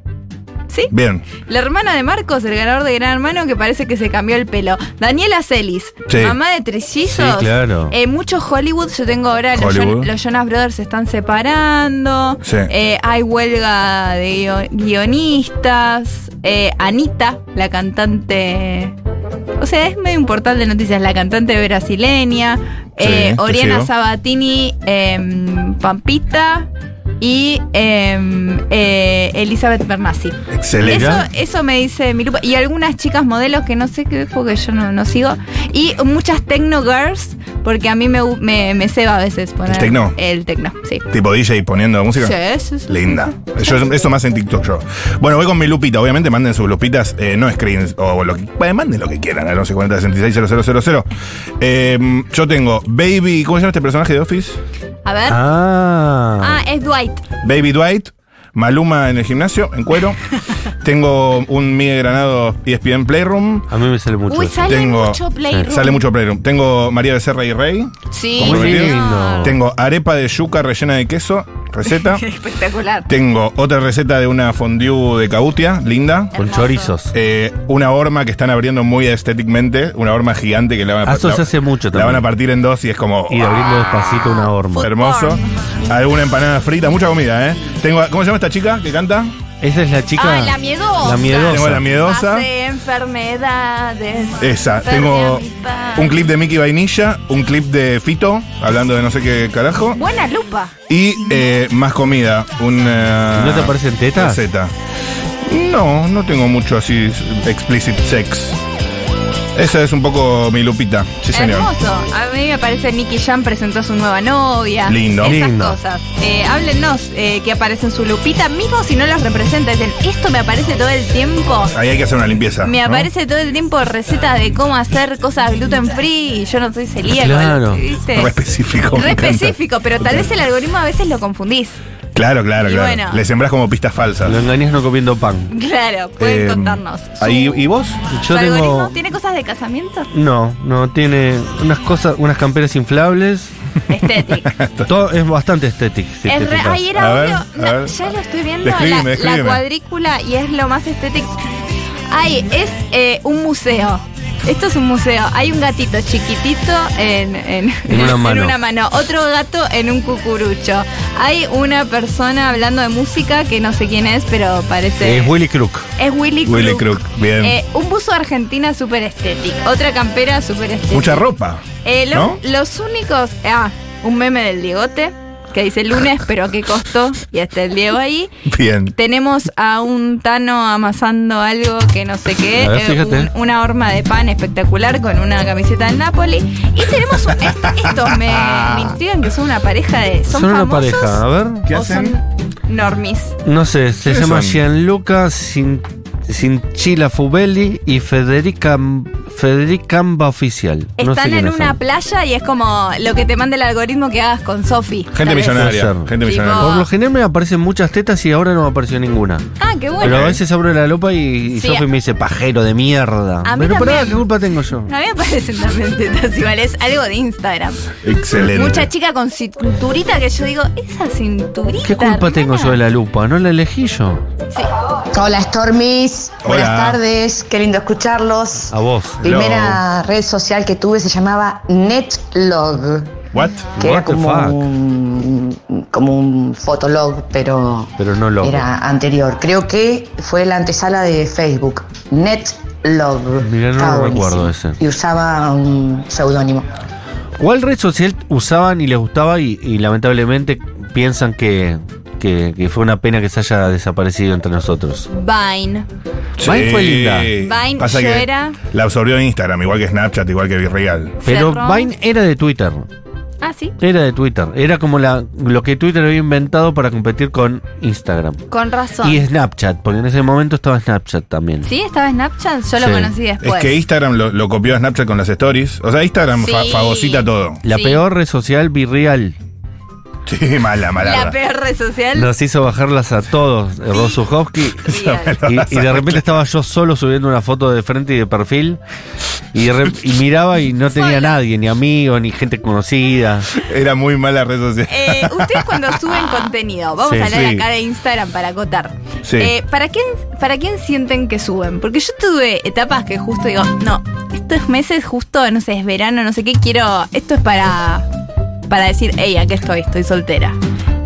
Speaker 2: ¿Sí?
Speaker 3: Bien.
Speaker 2: La hermana de Marcos, el ganador de Gran Hermano, que parece que se cambió el pelo. Daniela Celis,
Speaker 3: Sí.
Speaker 2: mamá de trillizos.
Speaker 1: Sí, claro.
Speaker 2: Eh, mucho Hollywood, yo tengo ahora, los,
Speaker 3: Hollywood.
Speaker 2: Jon- los Jonas Brothers se están separando.
Speaker 3: Sí.
Speaker 2: Eh, hay huelga de guio- guionistas. Eh, Anita, la cantante... O sea, es medio importante noticias, la cantante brasileña.
Speaker 3: Sí,
Speaker 2: Eh,
Speaker 3: te
Speaker 2: Oriana
Speaker 3: sigo.
Speaker 2: Sabatini, em, Pampita. Y em, eh, Elizabeth Bernassi.
Speaker 3: Excelente.
Speaker 2: Eso, eso me dice mi lupa. Y algunas chicas modelos que no sé qué, porque yo no, no sigo. Y muchas techno girls, porque a mí me, gu- me, me ceba a veces poner.
Speaker 3: ¿El tecno?
Speaker 2: El tecno, sí.
Speaker 3: Tipo DJ poniendo música.
Speaker 2: Sí, sí, sí.
Speaker 3: Linda. Yo, eso más en TikTok yo. Bueno, voy con mi Lupita. Obviamente manden sus Lupitas, eh, no screens o lo que. Bueno, manden lo que quieran al 1140 66 0000. Eh, yo tengo Baby. ¿Cómo se llama este personaje de Office?
Speaker 2: A ver. Ah,
Speaker 1: Ah.
Speaker 2: es Dwight.
Speaker 3: Baby Dwight, Maluma en el gimnasio, en cuero. Tengo un Miguel E Granado ESPN Playroom.
Speaker 1: A mí me sale mucho.
Speaker 2: Uy,
Speaker 1: eso.
Speaker 2: sale
Speaker 3: Tengo-
Speaker 2: mucho Playroom.
Speaker 3: Sale mucho Playroom. Tengo María Becerra y Rey.
Speaker 2: Sí, Ah,
Speaker 1: Muy
Speaker 2: señor.
Speaker 1: lindo.
Speaker 3: Tengo arepa de yuca rellena de queso, receta.
Speaker 2: Espectacular.
Speaker 3: Tengo otra receta de una fondue de cautia, linda.
Speaker 1: Con chorizos.
Speaker 3: Eh, una horma que están abriendo muy estéticamente, una horma gigante que la van a
Speaker 1: Ah, eso
Speaker 3: la-
Speaker 1: se hace mucho
Speaker 3: La
Speaker 1: también.
Speaker 3: van a partir en dos y es como ah,
Speaker 1: Y abriendo despacito una horma.
Speaker 3: hermoso. Alguna empanada frita, mucha comida, ¿eh? Tengo, ¿Cómo se llama esta chica que canta?
Speaker 1: Esa es la chica.
Speaker 2: Ah, la miedosa.
Speaker 1: La miedosa.
Speaker 3: Tengo la miedosa.
Speaker 2: Hace enfermedades.
Speaker 3: Esa,
Speaker 2: Perdí
Speaker 3: tengo
Speaker 2: amistad.
Speaker 3: un clip de Mickey Vainilla, un clip de Fito, hablando de no sé qué carajo,
Speaker 2: Buena lupa.
Speaker 3: y eh, más comida, una...
Speaker 1: ¿No te aparecen tetas?
Speaker 3: receta. No, no tengo mucho así explicit sex. Esa es un poco mi lupita, sí señor.
Speaker 2: Hermoso. A mí me parece Nicky Jam presentó a su nueva novia.
Speaker 3: Lindo.
Speaker 2: Esas
Speaker 1: Lindo.
Speaker 2: cosas. Eh, háblenos eh, que aparece en su lupita, mismo si no los representa. Dicen, esto me aparece todo el tiempo.
Speaker 3: Ahí hay que hacer una limpieza.
Speaker 2: Me
Speaker 3: Ah, ¿no?
Speaker 2: aparece todo el tiempo recetas de cómo hacer cosas gluten free y yo no soy celíaco.
Speaker 1: Claro.
Speaker 2: ¿viste?
Speaker 3: Re específico. me
Speaker 2: Re
Speaker 3: encanta.
Speaker 2: específico, pero tal vez el algoritmo a veces lo confundís.
Speaker 3: Claro, claro,
Speaker 2: Y
Speaker 3: claro.
Speaker 2: bueno.
Speaker 3: Le sembrás como pistas falsas.
Speaker 1: Lo engañás no comiendo pan.
Speaker 2: Claro, pueden
Speaker 3: Eh,
Speaker 2: contarnos. su-
Speaker 3: Ahí, ¿Y vos?
Speaker 2: su
Speaker 1: Yo
Speaker 2: algoritmo.
Speaker 1: tengo.
Speaker 2: ¿Tiene cosas de casamiento?
Speaker 1: No, no, tiene unas cosas, unas camperas inflables.
Speaker 2: Estética.
Speaker 1: Todo es bastante estético. si te
Speaker 2: Es re-
Speaker 1: fijas.
Speaker 2: ay, era
Speaker 3: A ver,
Speaker 2: obvio.
Speaker 3: a
Speaker 2: No,
Speaker 3: ver.
Speaker 2: ya lo estoy viendo,
Speaker 3: Describime,
Speaker 2: la- la,
Speaker 3: describime.
Speaker 2: cuadrícula, y es lo más estético. Ay, es eh, un museo. Esto es un museo. Hay un gatito chiquitito en, en-
Speaker 1: En una mano.
Speaker 2: mano. Otro gato en un cucurucho. Hay una persona hablando de música que no sé quién es, pero parece.
Speaker 1: Es Willy Crook.
Speaker 2: es Willy Crook.
Speaker 3: Willy Crook, bien.
Speaker 2: Eh, un buzo argentina súper estético. Otra campera súper estética.
Speaker 3: Mucha ropa.
Speaker 2: Eh, lo-
Speaker 3: ¿No?
Speaker 2: Los únicos. Ah, un meme del Diegote que dice lunes, pero a qué costo. Y está el Diego ahí.
Speaker 3: Bien.
Speaker 2: Tenemos a un Tano amasando algo que no sé qué.
Speaker 1: A ver,
Speaker 2: eh,
Speaker 1: fíjate.
Speaker 2: un- una horma de pan espectacular con una camiseta del Napoli. Y tenemos un- est- estos. Me, me intrigan que son una pareja de. Son,
Speaker 1: Son una
Speaker 2: famosos
Speaker 1: pareja, a ver.
Speaker 3: ¿Qué
Speaker 2: o
Speaker 3: hacen?
Speaker 2: son normis.
Speaker 1: No sé, se
Speaker 3: ¿Quiénes
Speaker 1: llama
Speaker 3: son?
Speaker 1: Gianluca Sin- Sinchila Fubelli y Federica Federica Amba Oficial. no sé
Speaker 2: Están en
Speaker 1: quiénes
Speaker 2: una
Speaker 1: son.
Speaker 2: playa y es como lo que te manda el algoritmo que hagas con Sofi.
Speaker 3: Gente
Speaker 2: tal vez.
Speaker 3: millonaria.
Speaker 1: Puede ser.
Speaker 2: Tipo-
Speaker 3: Gente millonaria.
Speaker 1: Por lo general me aparecen muchas tetas y ahora no me apareció ninguna.
Speaker 2: Ah, qué bueno.
Speaker 1: Pero a veces abro la lopa y, y
Speaker 2: Sí.
Speaker 1: Sofi me dice pajero de mierda.
Speaker 2: A mí
Speaker 1: Pero pará,
Speaker 2: también.
Speaker 1: ¿qué culpa tengo yo?
Speaker 2: A mí me parecen también tetas iguales, algo de Instagram.
Speaker 3: Excelente.
Speaker 2: Mucha chica con cinturita que yo digo, esa cinturita.
Speaker 1: ¿Qué culpa tengo yo de la lupa? No la elegí yo.
Speaker 8: Hola Stormis, buenas
Speaker 3: Hola.
Speaker 8: tardes, qué lindo escucharlos.
Speaker 1: A vos.
Speaker 8: Primera red social que tuve se llamaba Netlog,
Speaker 3: What?
Speaker 1: What
Speaker 8: que era
Speaker 1: the
Speaker 8: como
Speaker 1: fuck?
Speaker 8: un, como un fotolog, pero
Speaker 1: Pero no lo.
Speaker 8: era anterior. Creo que fue la antesala de Facebook, Netlog.
Speaker 1: Mirá, no
Speaker 8: Estaba
Speaker 1: lo
Speaker 8: buenísimo.
Speaker 1: recuerdo ese.
Speaker 8: Y usaba un seudónimo.
Speaker 1: ¿Cuál red social usaban y les gustaba y, y lamentablemente piensan que, que- que fue una pena que se haya desaparecido entre nosotros?
Speaker 2: Vine.
Speaker 1: Vine fue linda.
Speaker 2: Vine,
Speaker 3: Pasa
Speaker 2: yo
Speaker 3: que
Speaker 2: era-
Speaker 3: La absorbió Instagram, igual que Snapchat, igual que Virreal.
Speaker 1: Pero
Speaker 2: Cerró.
Speaker 1: Vine era de Twitter.
Speaker 2: Ah, sí.
Speaker 1: Era de Twitter. Era como la, lo que Twitter había inventado para competir con Instagram.
Speaker 2: Con razón.
Speaker 1: Y Snapchat, porque en ese momento estaba Snapchat también.
Speaker 2: ¿Sí? ¿Estaba Snapchat? Yo lo
Speaker 1: Sí.
Speaker 2: conocí
Speaker 3: Es
Speaker 2: después.
Speaker 3: que Instagram lo, lo copió a Snapchat con las stories. O sea, Instagram
Speaker 2: Sí.
Speaker 3: fa- fagocita todo.
Speaker 1: La
Speaker 2: Sí.
Speaker 1: peor red social, Virreal.
Speaker 3: Sí, mala, mala.
Speaker 2: la peor red social.
Speaker 1: Nos hizo bajarlas a todos, eh, Ross Sujovsky.
Speaker 2: real.
Speaker 1: Y, y de repente estaba yo solo subiendo una foto de frente y de perfil. Y, de rep- y miraba y no tenía nadie, ni amigos, ni gente conocida.
Speaker 3: Era muy mala red social.
Speaker 2: Eh, ustedes cuando suben contenido, vamos
Speaker 1: Sí,
Speaker 2: a hablar
Speaker 3: sí.
Speaker 2: acá de Instagram para acotar.
Speaker 3: Sí.
Speaker 2: Eh, ¿para, quién, ¿Para quién sienten que suben? Porque yo tuve etapas que justo digo, no, estos meses justo, no sé, es verano, no sé qué, quiero, esto es para, para decir, hey, aquí estoy, estoy soltera.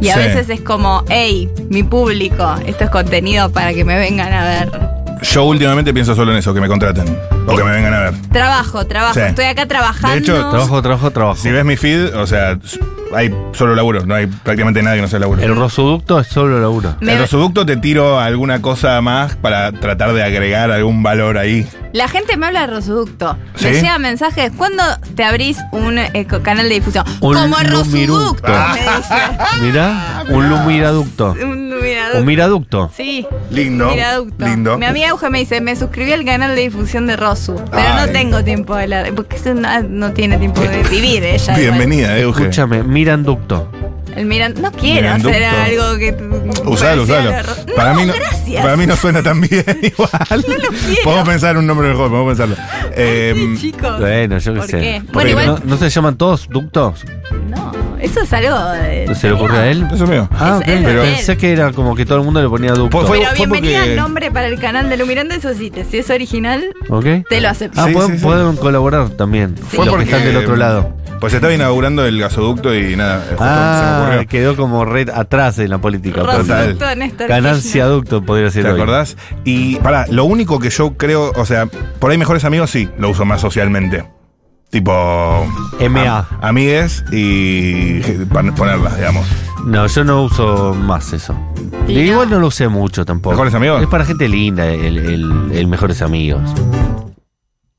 Speaker 2: Y a
Speaker 3: Sí.
Speaker 2: veces es como, hey, mi público, esto es contenido para que me vengan a ver.
Speaker 3: Yo últimamente pienso solo en eso, que me contraten. O que me vengan a ver.
Speaker 2: Trabajo, trabajo,
Speaker 3: Sí.
Speaker 2: estoy acá trabajando.
Speaker 3: De hecho,
Speaker 1: Trabajo, trabajo, trabajo.
Speaker 3: Si ves mi feed, o sea, s- hay solo laburo, no hay prácticamente nadie que no sea laburo.
Speaker 1: El rosoducto es solo la una.
Speaker 2: Me-
Speaker 3: En Rosoducto te tiro alguna cosa más para tratar de agregar algún valor ahí.
Speaker 2: La gente me habla de Rosoducto. Me
Speaker 3: ¿Sí?
Speaker 2: llegan mensajes. ¿Cuándo te abrís un eh, co- canal de difusión?
Speaker 1: Un
Speaker 2: Como
Speaker 1: lumiructo.
Speaker 2: Rosoducto, me
Speaker 1: Mirá, un lumiraducto.
Speaker 2: dice. Un lumirador.
Speaker 1: Un miraducto.
Speaker 2: Sí,
Speaker 3: Lindo.
Speaker 2: miraducto.
Speaker 3: Lindo.
Speaker 2: Mi amiga Euge me dice, me suscribí al canal de difusión de Rosu, pero
Speaker 3: Ay.
Speaker 2: no tengo tiempo de la... Porque eso no, no tiene tiempo de vivir ella. igual.
Speaker 3: Bienvenida, Euge.
Speaker 1: Escúchame, miranducto.
Speaker 2: El miran... No quiero
Speaker 3: Miranducto.
Speaker 2: hacer algo que...
Speaker 3: Usalo,
Speaker 2: parecido
Speaker 3: usalo.
Speaker 2: a lo de Ro-
Speaker 3: Para,
Speaker 2: no,
Speaker 3: mí no,
Speaker 2: gracias.
Speaker 3: para mí no suena tan bien igual.
Speaker 2: quiero.
Speaker 3: podemos pensar un nombre del juego, podemos pensarlo. Em,
Speaker 2: Sí, chicos.
Speaker 1: Bueno, yo qué
Speaker 2: ¿Por
Speaker 1: sé.
Speaker 2: qué?
Speaker 1: Porque
Speaker 2: Bueno, igual...
Speaker 1: ¿no, ¿No se llaman todos ductos?
Speaker 2: No, eso es algo... de-
Speaker 1: ¿Se le ocurrió a él?
Speaker 3: eso es mío.
Speaker 1: Ah,
Speaker 2: Es
Speaker 1: ok.
Speaker 2: él,
Speaker 1: Pero
Speaker 2: él.
Speaker 1: pensé que era como que todo el mundo le ponía ducto.
Speaker 3: Fue- fue-
Speaker 2: Pero bienvenida
Speaker 3: porque-
Speaker 2: al nombre para el canal de Lu Miranda, eso sí, te- si es original,
Speaker 1: ¿Ok?
Speaker 2: te lo acepto.
Speaker 1: Ah,
Speaker 3: Sí,
Speaker 1: pueden,
Speaker 3: sí, sí.
Speaker 1: pueden colaborar también.
Speaker 3: Fue
Speaker 1: Los que
Speaker 3: porque
Speaker 1: están del otro lado.
Speaker 3: Pues estaba inaugurando el gasoducto y nada, justo se me
Speaker 1: Ah,
Speaker 3: ocurrió.
Speaker 1: quedó como red atrás en la política.
Speaker 2: Rosu
Speaker 3: total.
Speaker 2: Ducto, Néstor
Speaker 1: Ganancia
Speaker 2: Kirchner.
Speaker 1: ducto podría ser
Speaker 3: ¿Te
Speaker 1: hoy.
Speaker 3: acordás? Y pará, lo único que yo creo, o sea, por ahí mejores amigos sí, lo uso más socialmente. Tipo.
Speaker 1: MA.
Speaker 3: am- amigues y para ponerlas, digamos.
Speaker 1: No, yo no uso más eso.
Speaker 2: Y
Speaker 1: Y
Speaker 2: no.
Speaker 1: Igual no lo usé mucho tampoco.
Speaker 3: ¿Mejores amigos?
Speaker 1: Es para gente linda el, el- el Mejores Amigos.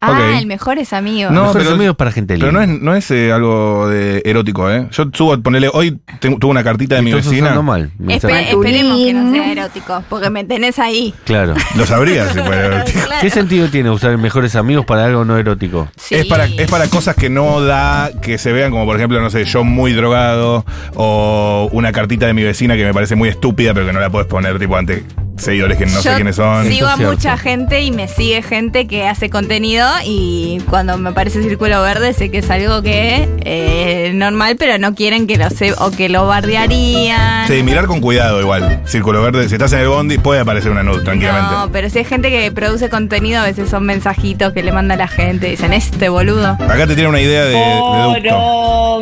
Speaker 2: Ah,
Speaker 3: Ok.
Speaker 2: el mejor es amigo.
Speaker 3: No,
Speaker 1: Mejores
Speaker 3: pero-
Speaker 1: amigos para gente
Speaker 3: Pero
Speaker 1: linda.
Speaker 3: no es, no es eh, algo de erótico, ¿eh? Yo subo, ponele, hoy tengo- tuve una cartita de mi
Speaker 1: Estás
Speaker 3: vecina.
Speaker 1: usando mal. Me
Speaker 2: Espe-
Speaker 1: está-
Speaker 2: esperemos que no sea erótico, porque me tenés ahí.
Speaker 1: Claro.
Speaker 3: Lo sabría si fuera erótico.
Speaker 2: Claro.
Speaker 1: ¿Qué sentido tiene usar mejores amigos para algo no erótico?
Speaker 2: Sí.
Speaker 3: Es, para, es para cosas que no da que se vean, como por ejemplo, no sé, yo muy drogado o una cartita de mi vecina que me parece muy estúpida, pero que no la puedes poner tipo ante seguidores que no sé
Speaker 2: Yo
Speaker 3: quiénes son.
Speaker 2: Sigo a
Speaker 1: Eso es
Speaker 2: mucha
Speaker 1: cierto.
Speaker 2: gente y me sigue gente que hace contenido y cuando me aparece Círculo Verde sé que es algo que eh, es normal, pero no quieren que lo se o que lo bardearían.
Speaker 3: Sí, mirar con cuidado igual. Círculo verde, si estás en el bondi puede aparecer una nude tranquilamente.
Speaker 2: No, pero si hay gente que produce contenido, a veces son mensajitos que le manda la gente. Dicen, este boludo.
Speaker 3: Acá te tiene una idea de, de ducto.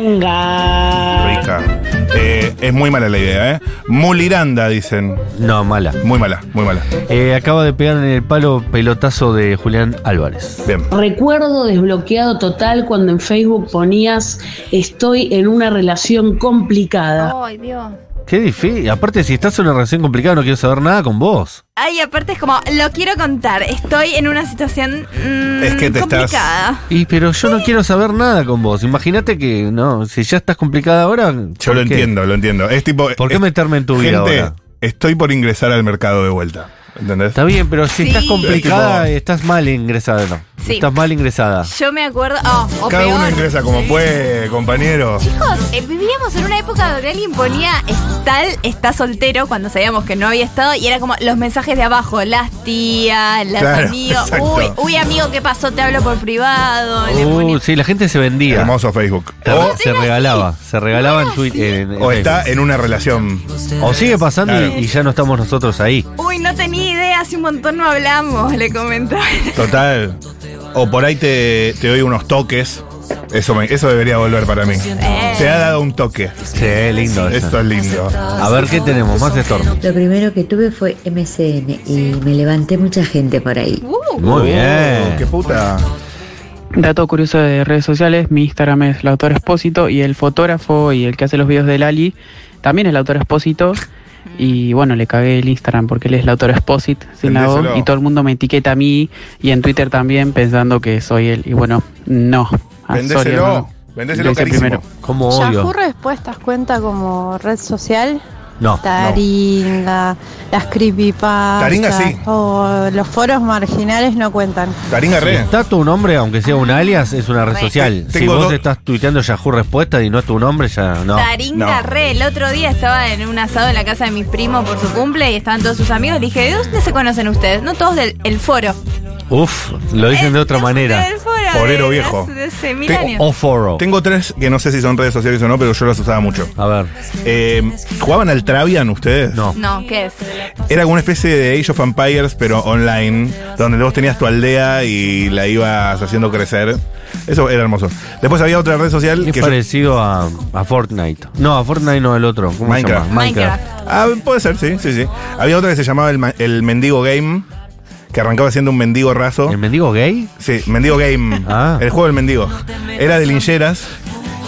Speaker 3: Rica. Eh, es muy mala la idea, ¿eh? Muliranda, dicen.
Speaker 1: No, mala.
Speaker 3: Muy mala, muy mala.
Speaker 1: Eh, acaba de pegar en el palo pelotazo de Julián Álvarez.
Speaker 3: Bien.
Speaker 9: Recuerdo desbloqueado total cuando en Facebook ponías estoy en una relación complicada.
Speaker 2: Ay, Dios.
Speaker 1: Qué difícil. Aparte, si estás en una relación complicada, no quiero saber nada con vos.
Speaker 2: Ay, aparte es como, lo quiero contar. Estoy en una situación mm,
Speaker 3: Es que te estás-
Speaker 2: complicada.
Speaker 1: Y pero yo no quiero saber nada con vos. Imagínate que, no, si ya estás complicada ahora.
Speaker 3: Yo
Speaker 1: ¿por
Speaker 3: lo
Speaker 1: qué?
Speaker 3: entiendo, lo entiendo. Es tipo.
Speaker 1: ¿Por qué
Speaker 3: es-
Speaker 1: meterme en tu vida
Speaker 3: Gente,
Speaker 1: ahora?
Speaker 3: estoy por ingresar al mercado de vuelta. ¿Entendés?
Speaker 1: Está bien, pero si
Speaker 2: Sí.
Speaker 1: estás complicada,
Speaker 3: Tipo-
Speaker 1: estás mal ingresada. No.
Speaker 2: Sí.
Speaker 1: Estás mal ingresada.
Speaker 2: Yo me acuerdo. Oh, o
Speaker 3: Cada
Speaker 2: peor.
Speaker 3: uno ingresa como puede, compañero.
Speaker 2: Chicos, eh, vivíamos en una época donde alguien ponía "Es tal está soltero cuando sabíamos que no había estado y era como los mensajes de abajo, las tías, las
Speaker 3: Claro,
Speaker 2: amigos,
Speaker 3: exacto.
Speaker 2: uy, uy amigo, ¿qué pasó? Te hablo por privado. le
Speaker 1: Uh,
Speaker 2: ponía-
Speaker 1: sí, la gente se vendía.
Speaker 3: Hermoso Facebook.
Speaker 1: Se-
Speaker 3: O,
Speaker 1: se regalaba. Se regalaba en Twitter. en- en
Speaker 3: o está
Speaker 1: Facebook.
Speaker 3: en una relación.
Speaker 1: O sigue pasando y-
Speaker 3: Claro.
Speaker 1: y ya no estamos nosotros ahí.
Speaker 2: Uy, no tenía idea, hace un montón no hablamos, le comentaba.
Speaker 3: Total. O por ahí te, te doy unos toques. Eso, me- eso debería volver para mí. Te ha dado un toque.
Speaker 1: Sí, lindo eso.
Speaker 3: Esto es lindo.
Speaker 1: A ver qué tenemos, más Storm.
Speaker 10: Lo primero que tuve fue MCN y me levanté mucha gente por ahí.
Speaker 2: Uh,
Speaker 1: Muy
Speaker 3: Oh, qué
Speaker 1: bien.
Speaker 3: puta.
Speaker 6: Dato curioso de redes sociales, mi Instagram es la autor expósito y el fotógrafo y el que hace los videos de Lali también es el autor expósito. Y bueno, le cagué el Instagram porque él es la autor expósito sin la O
Speaker 3: Entendéselo.
Speaker 6: y todo el mundo me etiqueta a mí y en Twitter también pensando que soy él. Y bueno, no. Ah, sorry,
Speaker 3: Vendéselo.
Speaker 6: hermano.
Speaker 3: Vendéselo
Speaker 6: Lo hice
Speaker 3: carísimo.
Speaker 6: primero.
Speaker 1: ¿Cómo odio?
Speaker 9: Respuestas cuenta como red social,
Speaker 1: No.
Speaker 9: taringa, las creepypastas
Speaker 3: Taringa sí.
Speaker 9: o los foros marginales no cuentan.
Speaker 3: Taringa re.
Speaker 1: Está tu nombre, aunque sea un alias, es una red
Speaker 2: Re.
Speaker 1: social. Si
Speaker 3: Tengo
Speaker 1: vos
Speaker 3: dos-
Speaker 1: estás tuiteando Yahoo Respuesta y no es tu nombre, ya no.
Speaker 2: Taringa
Speaker 3: no.
Speaker 2: re, el otro día estaba en un asado en la casa de mis primos por su cumple y estaban todos sus amigos. Le dije, ¿de dónde se conocen ustedes? No todos del el foro.
Speaker 1: Uf, lo dicen de otra
Speaker 2: El-
Speaker 1: manera.
Speaker 2: del foro
Speaker 3: Forero
Speaker 2: de-
Speaker 3: viejo.
Speaker 2: De hace mil
Speaker 3: Tengo-
Speaker 2: años.
Speaker 1: O foro.
Speaker 3: Tengo tres que no sé si son redes sociales o no, pero yo las usaba mucho.
Speaker 1: A ver,
Speaker 3: Eh, ¿Jugaban al Travian ustedes?
Speaker 1: no.
Speaker 2: No, ¿qué es?
Speaker 3: Era como una especie de Age of Empires, pero online, donde vos tenías tu aldea y la ibas haciendo crecer. Eso era hermoso. Después había otra red social
Speaker 1: Es
Speaker 3: que yo-
Speaker 1: parecido a, a Fortnite. No, a Fortnite no, el otro. ¿Cómo
Speaker 3: Minecraft.
Speaker 1: se llama?
Speaker 2: Minecraft.
Speaker 3: Ah, puede ser, sí, sí, sí. Había otra que se llamaba el, ma- el Mendigo Game, que arrancaba siendo un mendigo raso.
Speaker 1: ¿El mendigo gay?
Speaker 3: Sí, Mendigo Game.
Speaker 1: Ah.
Speaker 3: El juego del mendigo. Era de lincheras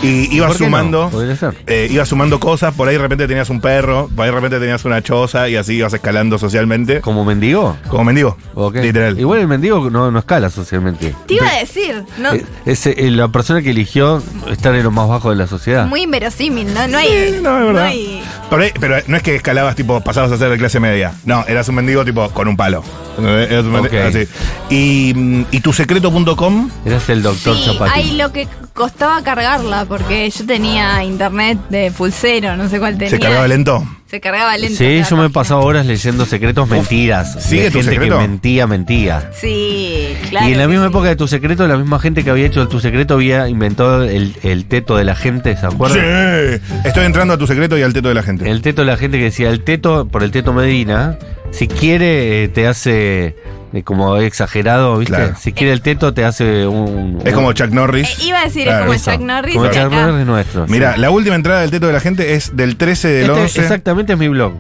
Speaker 3: y iba
Speaker 1: ¿Por qué no?
Speaker 3: sumando.
Speaker 1: Podría ser.
Speaker 3: eh, ibas sumando cosas, por ahí de repente tenías un perro, por ahí de repente tenías una choza y así ibas escalando socialmente.
Speaker 1: ¿Como mendigo?
Speaker 3: Como mendigo.
Speaker 1: Ok.
Speaker 3: Literal.
Speaker 1: Igual el mendigo no, no escala socialmente.
Speaker 2: Te iba a decir, no,
Speaker 1: Eh, Es, eh, la persona que eligió estar en lo más bajo de la sociedad.
Speaker 2: muy inverosímil, no, no hay.
Speaker 3: Sí, no, es verdad.
Speaker 2: hay-
Speaker 3: Pero, pero no es que escalabas, tipo, pasabas a ser de clase media. No, eras un mendigo, tipo, con un palo. Eras un mendigo,
Speaker 1: Ok.
Speaker 3: así. Y, mm, y tusecreto.com,
Speaker 1: Eras el doctor
Speaker 2: Sí,
Speaker 1: Chapatín.
Speaker 2: hay lo que costaba cargarla, porque yo tenía internet de pulsero, no sé cuál tenía.
Speaker 3: se cargaba lento.
Speaker 2: Se cargaba lento.
Speaker 1: Sí,
Speaker 2: cada
Speaker 1: yo me he
Speaker 2: página.
Speaker 1: pasado horas leyendo secretos mentiras.
Speaker 3: ¿sigue
Speaker 1: de
Speaker 3: tu
Speaker 1: gente
Speaker 3: secreto?
Speaker 1: que mentía, mentía.
Speaker 2: Sí, claro.
Speaker 1: y en la
Speaker 2: que
Speaker 1: misma
Speaker 2: sí.
Speaker 1: época de tu secreto, la misma gente que había hecho el tu secreto había inventado el, el teto de la gente, ¿se
Speaker 3: Sí.
Speaker 1: acuerdan?
Speaker 3: Estoy entrando a tu secreto y al teto de la gente.
Speaker 1: El teto de la gente que decía, el teto, por el teto Medina, si quiere eh, te hace eh, como exagerado, ¿viste?
Speaker 3: Claro.
Speaker 1: Si quiere el teto te hace un...
Speaker 3: es como Chuck Norris.
Speaker 2: Eh, iba a decir,
Speaker 3: Claro,
Speaker 2: es como
Speaker 3: eso.
Speaker 2: Jack Norris.
Speaker 1: Como
Speaker 2: de
Speaker 1: Chuck
Speaker 2: acá.
Speaker 1: Norris es nuestro. sí.
Speaker 3: Mira, la última entrada del teto de la gente es del 13 del
Speaker 1: Este
Speaker 3: 11.
Speaker 1: exactamente es mi blog.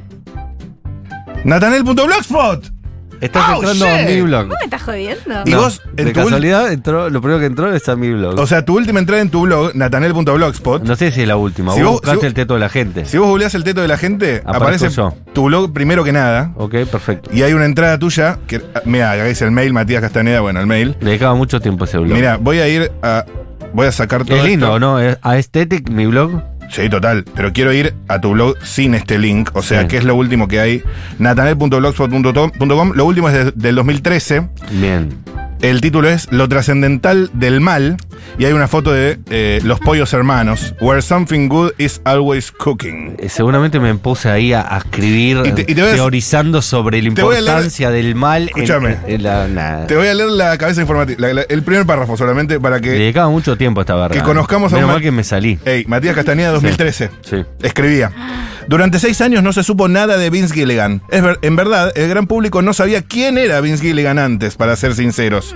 Speaker 3: Natanel.blogspot.
Speaker 1: Estás
Speaker 3: Oh,
Speaker 1: entrando a
Speaker 3: shit.
Speaker 1: mi blog.
Speaker 2: ¿Vos me estás jodiendo?
Speaker 3: Y
Speaker 1: No,
Speaker 3: vos, en
Speaker 1: de
Speaker 3: tu ul-
Speaker 1: casualidad, entró, lo primero que entró es a mi blog.
Speaker 3: O sea, tu última entrada en tu blog, natanel.blogspot.
Speaker 1: no sé si es la última.
Speaker 3: Si
Speaker 1: vos
Speaker 3: vos-
Speaker 1: buscaste
Speaker 3: si-
Speaker 1: el teto de la gente.
Speaker 3: Si vos googleás el teto de la gente,
Speaker 1: Aparezco
Speaker 3: aparece
Speaker 1: yo.
Speaker 3: tu blog primero que nada.
Speaker 1: ok, perfecto.
Speaker 3: Y hay una entrada tuya, que ah, mira, acá dice el mail, Matías Castaneda, bueno, el mail.
Speaker 1: Le dedicaba mucho tiempo a ese blog.
Speaker 3: Mira, voy a ir a. Voy a sacar todo.
Speaker 1: es lindo,
Speaker 3: esto.
Speaker 1: ¿no? Es Aesthetic, mi blog.
Speaker 3: Sí, total. Pero quiero ir a tu blog sin este link. O sea,
Speaker 1: Sí.
Speaker 3: que es lo último que hay. Natanel.blogspot.com. Lo último es de- del 2013.
Speaker 1: Bien.
Speaker 3: El título es Lo trascendental del mal. Y hay una foto de eh, los pollos hermanos. Where something good is always cooking.
Speaker 1: Eh, Seguramente me puse ahí a, a escribir,
Speaker 3: Y te- y te voy a-
Speaker 1: teorizando sobre la
Speaker 3: te voy a leer-
Speaker 1: importancia del mal. en-
Speaker 3: Escúchame.
Speaker 1: en, la, nada.
Speaker 3: Te voy a leer la cabeza informativa. la- la- el primer párrafo solamente para
Speaker 1: Le
Speaker 3: que.
Speaker 1: dedicaba mucho tiempo a esta barra.
Speaker 3: que conozcamos a
Speaker 1: Menos
Speaker 3: un- Eh.
Speaker 1: mal que me salí.
Speaker 3: Hey, Matías Castañeda, 2013.
Speaker 1: Sí.
Speaker 3: Escribía. Durante seis años no se supo nada de Vince Gilligan. Es ver- en verdad, el gran público no sabía quién era Vince Gilligan antes, para ser sinceros.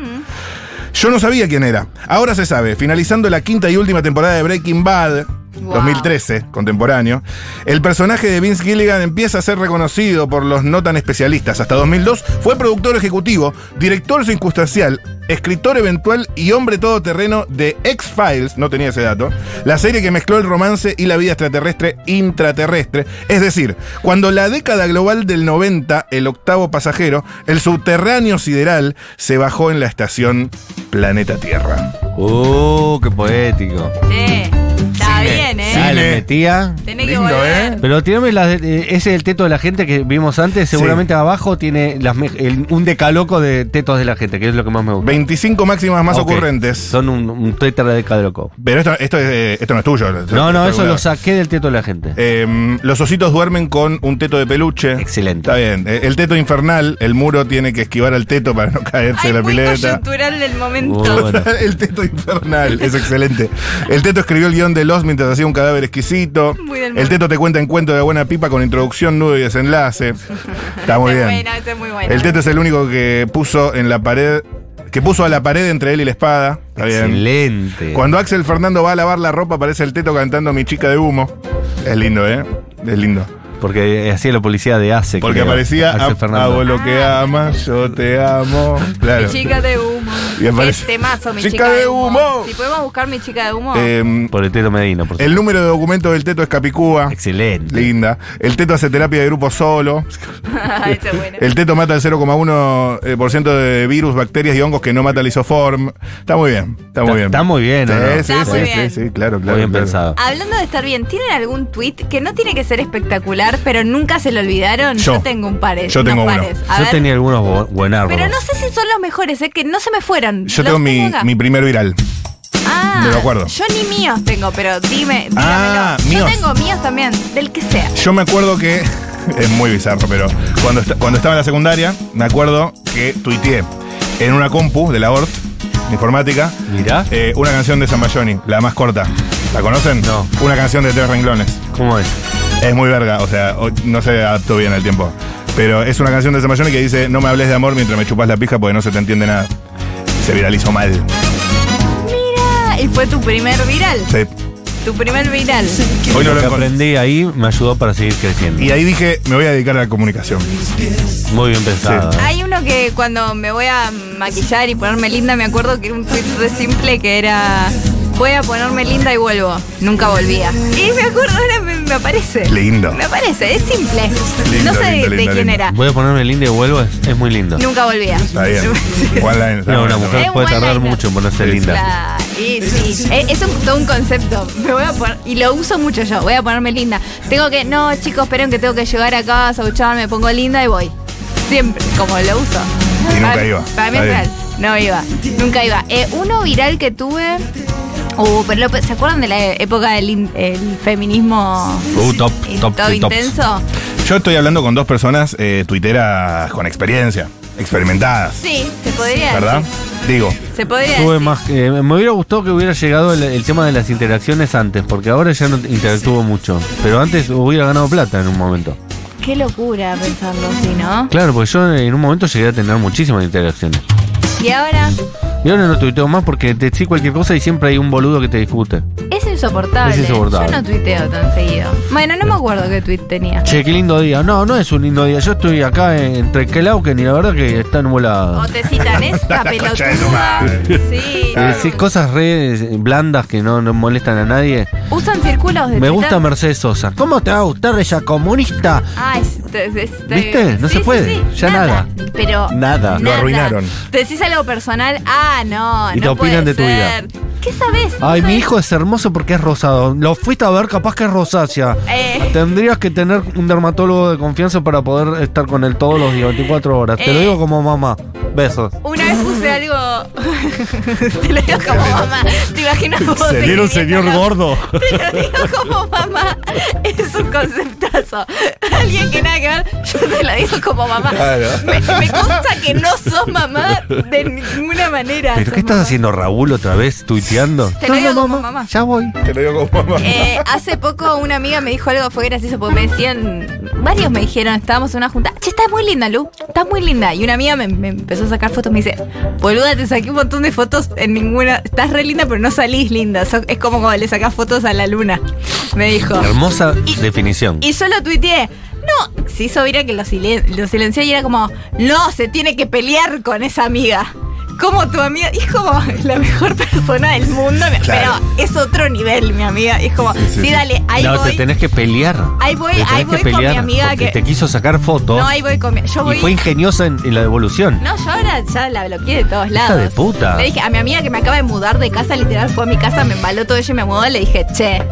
Speaker 3: Yo no sabía quién era. Ahora se sabe. Finalizando la quinta y última temporada de Breaking Bad,
Speaker 2: Wow.
Speaker 3: 2013, contemporáneo, el personaje de Vince Gilligan empieza a ser reconocido por los no tan especialistas. Hasta 2002 fue productor ejecutivo, director circunstancial, escritor eventual y hombre todoterreno de X-Files, no tenía ese dato, la serie que mezcló el romance y la vida extraterrestre intraterrestre. Es decir, cuando la década global del 90, el octavo pasajero, el subterráneo sideral, se bajó en la estación Planeta Tierra.
Speaker 1: Uh, qué poético.
Speaker 2: Che, está bien, ¿eh?
Speaker 1: Ah, le
Speaker 3: Cine.
Speaker 1: metía.
Speaker 2: Tenés que
Speaker 3: Lindo,
Speaker 2: volver.
Speaker 3: ¿eh?
Speaker 1: Pero tirame las de- eh, ese es el teto de la gente que vimos antes. Seguramente abajo tiene las me- el- un decaloco de tetos de la gente, que es lo que más me gusta.
Speaker 3: 25 máximas más
Speaker 1: Ok.
Speaker 3: ocurrentes.
Speaker 1: Son un, un tetra de decaloco.
Speaker 3: Pero esto, esto, es, eh, esto no es tuyo.
Speaker 1: No, no, eso lo
Speaker 3: sabe.
Speaker 1: saqué del teto de la gente.
Speaker 3: Eh, los ositos duermen con un teto de peluche.
Speaker 1: Excelente.
Speaker 3: Está bien. Eh, El teto infernal, el muro tiene que esquivar al teto para no caerse
Speaker 2: Ay,
Speaker 3: la
Speaker 2: muy
Speaker 3: pileta.
Speaker 2: coyuntural del
Speaker 1: Uh,
Speaker 2: momento.
Speaker 1: bueno.
Speaker 3: El teto infernal, es excelente. El teto escribió el guión de Los mientras hacía un cadáver exquisito.
Speaker 2: Muy del
Speaker 3: El
Speaker 2: mundo.
Speaker 3: teto te cuenta encuentro de buena pipa con introducción, nudo y desenlace. Está muy
Speaker 2: Esa es
Speaker 3: bien.
Speaker 2: buena, esa es muy buena.
Speaker 3: El teto es el único que puso en la pared, que puso a la pared entre él y la espada. Está bien.
Speaker 1: Excelente.
Speaker 3: Cuando Axel Fernando va a lavar la ropa, aparece el teto cantando Mi chica de humo. Es lindo, ¿eh? Es lindo.
Speaker 1: Porque hacía la policía de ACE.
Speaker 3: Porque
Speaker 1: creo,
Speaker 3: aparecía
Speaker 1: Axel
Speaker 3: "Ha-
Speaker 1: Fernando.
Speaker 3: Hago lo que amas, yo te amo.
Speaker 2: Mi
Speaker 3: Claro.
Speaker 2: chica de humo.
Speaker 3: Y aparece-
Speaker 2: Este mazo, mi
Speaker 3: Chica
Speaker 2: chica,
Speaker 3: de humo.
Speaker 2: Si podemos buscar mi chica de humo.
Speaker 3: Eh,
Speaker 1: Por el teto Medina, por
Speaker 3: el número de documento del teto es Capicúa.
Speaker 1: Excelente.
Speaker 3: Linda. El teto hace terapia de grupo solo.
Speaker 2: esa es buena.
Speaker 3: El teto mata el 0,1% eh, de virus, bacterias y hongos que no mata el isoform. Está muy bien. Está muy
Speaker 1: Está-
Speaker 3: bien.
Speaker 1: está muy bien,
Speaker 3: Sí,
Speaker 1: ¿o no?
Speaker 3: sí,
Speaker 2: Está
Speaker 3: sí,
Speaker 2: muy
Speaker 3: sí,
Speaker 2: bien.
Speaker 3: sí, claro,
Speaker 1: Muy
Speaker 3: claro.
Speaker 1: bien
Speaker 3: claro.
Speaker 1: pensado.
Speaker 2: Hablando de estar bien, ¿tienen algún tweet que no tiene que ser espectacular, pero nunca se lo olvidaron?
Speaker 3: Yo.
Speaker 2: tengo un par.
Speaker 3: Yo tengo uno.
Speaker 2: A
Speaker 1: Yo
Speaker 2: ver,
Speaker 1: tenía algunos bu- buenardos.
Speaker 2: pero no sé si son los mejores, es que no se me fueran.
Speaker 3: Yo
Speaker 2: Los
Speaker 3: tengo mi,
Speaker 2: acá.
Speaker 3: mi primer viral.
Speaker 2: Ah,
Speaker 3: me lo acuerdo.
Speaker 2: Yo ni míos tengo, pero dime, dígamelo.
Speaker 3: Ah,
Speaker 2: yo
Speaker 3: míos.
Speaker 2: tengo míos también, del que sea.
Speaker 3: Yo me acuerdo que. Es muy bizarro, pero cuando, esta- cuando estaba en la secundaria, me acuerdo que tuiteé en una compu de la ORT, de informática,
Speaker 1: Mirá.
Speaker 3: eh, una canción de Zambayoni, la más corta. ¿La conocen?
Speaker 1: No.
Speaker 3: Una canción de tres renglones.
Speaker 1: ¿Cómo es?
Speaker 3: Es muy verga, o sea, hoy no se adaptó bien al tiempo. Pero es una canción de Zambayoni que dice: No me hables de amor mientras me chupas la pija porque no se te entiende nada. Se viralizó mal.
Speaker 2: Ah, y fue tu primer viral.
Speaker 3: Sí.
Speaker 2: Tu primer viral.
Speaker 3: Hoy no
Speaker 1: lo
Speaker 3: lo
Speaker 1: que
Speaker 3: encontré.
Speaker 1: aprendí ahí me ayudó para seguir creciendo.
Speaker 3: Y ahí dije: Me voy a dedicar a la comunicación.
Speaker 1: Muy bien pensado.
Speaker 2: Hay uno que cuando me voy a maquillar y ponerme linda, me acuerdo que era un tweet re simple que era voy a ponerme linda y vuelvo. Nunca volvía. Y me acuerdo, ahora me, me aparece.
Speaker 3: Lindo.
Speaker 2: Me aparece, es simple.
Speaker 3: Lindo,
Speaker 2: no sé de-
Speaker 3: lindo,
Speaker 2: de,
Speaker 3: lindo,
Speaker 2: quién
Speaker 3: lindo.
Speaker 2: era.
Speaker 1: Voy a ponerme lindo y vuelvo, es, es muy lindo.
Speaker 2: Nunca volvía.
Speaker 3: Está bien. One line, está
Speaker 1: No, una
Speaker 3: bueno.
Speaker 1: mujer
Speaker 2: Es
Speaker 1: puede
Speaker 2: buena
Speaker 1: tardar
Speaker 2: idea.
Speaker 1: mucho en ponerse
Speaker 3: Sí.
Speaker 1: linda.
Speaker 2: La- y sí, Eh, es, es un, todo un concepto. Me voy a poner- y lo uso mucho yo. Voy a ponerme linda. Tengo que, no, chicos, esperen que tengo que llegar a casa, ducharme, me pongo linda y voy. Siempre, como lo uso.
Speaker 3: Y nunca
Speaker 2: Para-
Speaker 3: iba.
Speaker 2: Para mí
Speaker 3: Está
Speaker 2: es real.
Speaker 3: bien.
Speaker 2: No iba. Nunca iba. Eh, uno viral que tuve. Uh, pero lo- ¿se acuerdan de la época del in- el feminismo
Speaker 1: Uh, top,
Speaker 2: in-
Speaker 1: top,
Speaker 2: todo
Speaker 1: top.
Speaker 2: intenso?
Speaker 3: Yo estoy hablando con dos personas eh, tuiteras con experiencia, experimentadas,
Speaker 2: Sí, se podría.
Speaker 3: ¿verdad?
Speaker 2: decir.
Speaker 3: Digo,
Speaker 2: Se podría.
Speaker 1: Tuve
Speaker 2: decir.
Speaker 1: más, eh, me hubiera gustado que hubiera llegado el, el tema de las interacciones antes, porque ahora ya no interactúo mucho. Pero antes hubiera ganado plata en un momento.
Speaker 2: Qué locura pensarlo así, ¿no?
Speaker 1: Claro, porque yo en un momento llegué a tener muchísimas interacciones.
Speaker 2: Y ahora,
Speaker 1: Y ahora no tuiteo más porque te decís cualquier cosa y siempre hay un boludo que te discute.
Speaker 2: ¿es en insoportable.
Speaker 1: Es insoportable.
Speaker 2: Yo no tuiteo tan seguido. Bueno, no me acuerdo qué tweet tenía.
Speaker 1: Che, qué lindo día. No, no es un lindo día. Yo estoy acá entre Kelauken y la verdad que está nublado.
Speaker 2: O te citan esta
Speaker 3: La concha de tu
Speaker 2: pelotuda.
Speaker 3: madre.
Speaker 2: Sí.
Speaker 1: Y decís cosas re eh, blandas que no, no molestan a nadie.
Speaker 2: Usan círculos de
Speaker 1: Me
Speaker 2: Twitter.
Speaker 1: gusta Mercedes Sosa. ¿Cómo te va a gustar ella comunista?
Speaker 2: Ah, es- es- es-
Speaker 1: ¿Viste? No se puede. Ya
Speaker 2: Pero
Speaker 1: Nada.
Speaker 3: Lo arruinaron.
Speaker 2: Te decís algo personal, ah, no,
Speaker 1: Y te
Speaker 2: no
Speaker 1: opinan de
Speaker 2: puede
Speaker 1: tu
Speaker 2: ser. ¿Qué sabes?
Speaker 1: Ay, mi hijo es hermoso porque es rosado. Lo fuiste a ver, capaz que es rosácea.
Speaker 2: Eh.
Speaker 1: Tendrías que tener un dermatólogo de confianza para poder estar con él todos los días, 24 horas. Te lo
Speaker 2: Eh.
Speaker 1: digo como mamá. Besos.
Speaker 2: Una vez puse algo. te lo digo como mamá. ¿Te imaginas vos?
Speaker 3: Sería un
Speaker 2: escribiendo
Speaker 3: señor
Speaker 2: algo?
Speaker 3: gordo.
Speaker 2: Te lo digo como mamá. Es un conceptazo. Alguien que nada que ver, yo te lo digo como mamá.
Speaker 3: Claro.
Speaker 2: Me, me consta que no sos mamá de ninguna manera.
Speaker 1: ¿Pero
Speaker 2: sos
Speaker 1: qué estás
Speaker 2: mamá.
Speaker 1: haciendo, Raúl, otra vez, tuiteando?
Speaker 2: Te lo digo como mamá.
Speaker 1: Ya voy.
Speaker 3: Te lo digo como mamá.
Speaker 2: Eh, hace poco una amiga me dijo algo, fue gracioso, porque me decían, varios me dijeron, estábamos en una junta, che, estás muy linda, Lu, estás muy linda. Y una amiga me, me empezó a sacar fotos, me dice, boluda, te saqué un montón de fotos en ninguna, estás re linda, pero no salís linda, So- es como cuando le sacás fotos a la luna, me dijo.
Speaker 1: Hermosa
Speaker 2: Y-
Speaker 1: definición.
Speaker 2: Y yo lo tuiteé. No, se hizo viral que lo, silen- lo silenció y era como, no, se tiene que pelear con esa amiga. Como tu amiga, y es como la mejor persona del mundo, me-
Speaker 3: Claro.
Speaker 2: pero es otro nivel, mi amiga. Y es como, sí,
Speaker 3: sí, sí.
Speaker 2: dale, ahí
Speaker 1: no,
Speaker 2: voy.
Speaker 1: te tenés que pelear.
Speaker 2: Ahí voy-
Speaker 1: Te tenés que
Speaker 2: ahí voy con mi
Speaker 1: pelear
Speaker 2: amiga
Speaker 1: porque
Speaker 2: que-
Speaker 1: Te quiso sacar fotos.
Speaker 2: no, ahí voy con mi- Yo voy.
Speaker 1: y fue ingeniosa en, en la devolución.
Speaker 2: No, yo ahora ya la bloqueé de todos
Speaker 1: Hija
Speaker 2: lados.
Speaker 1: de puta.
Speaker 2: Le dije a mi amiga que me acaba de mudar de casa, literal, fue a mi casa, me embaló todo ella y me mudó. Le dije, che,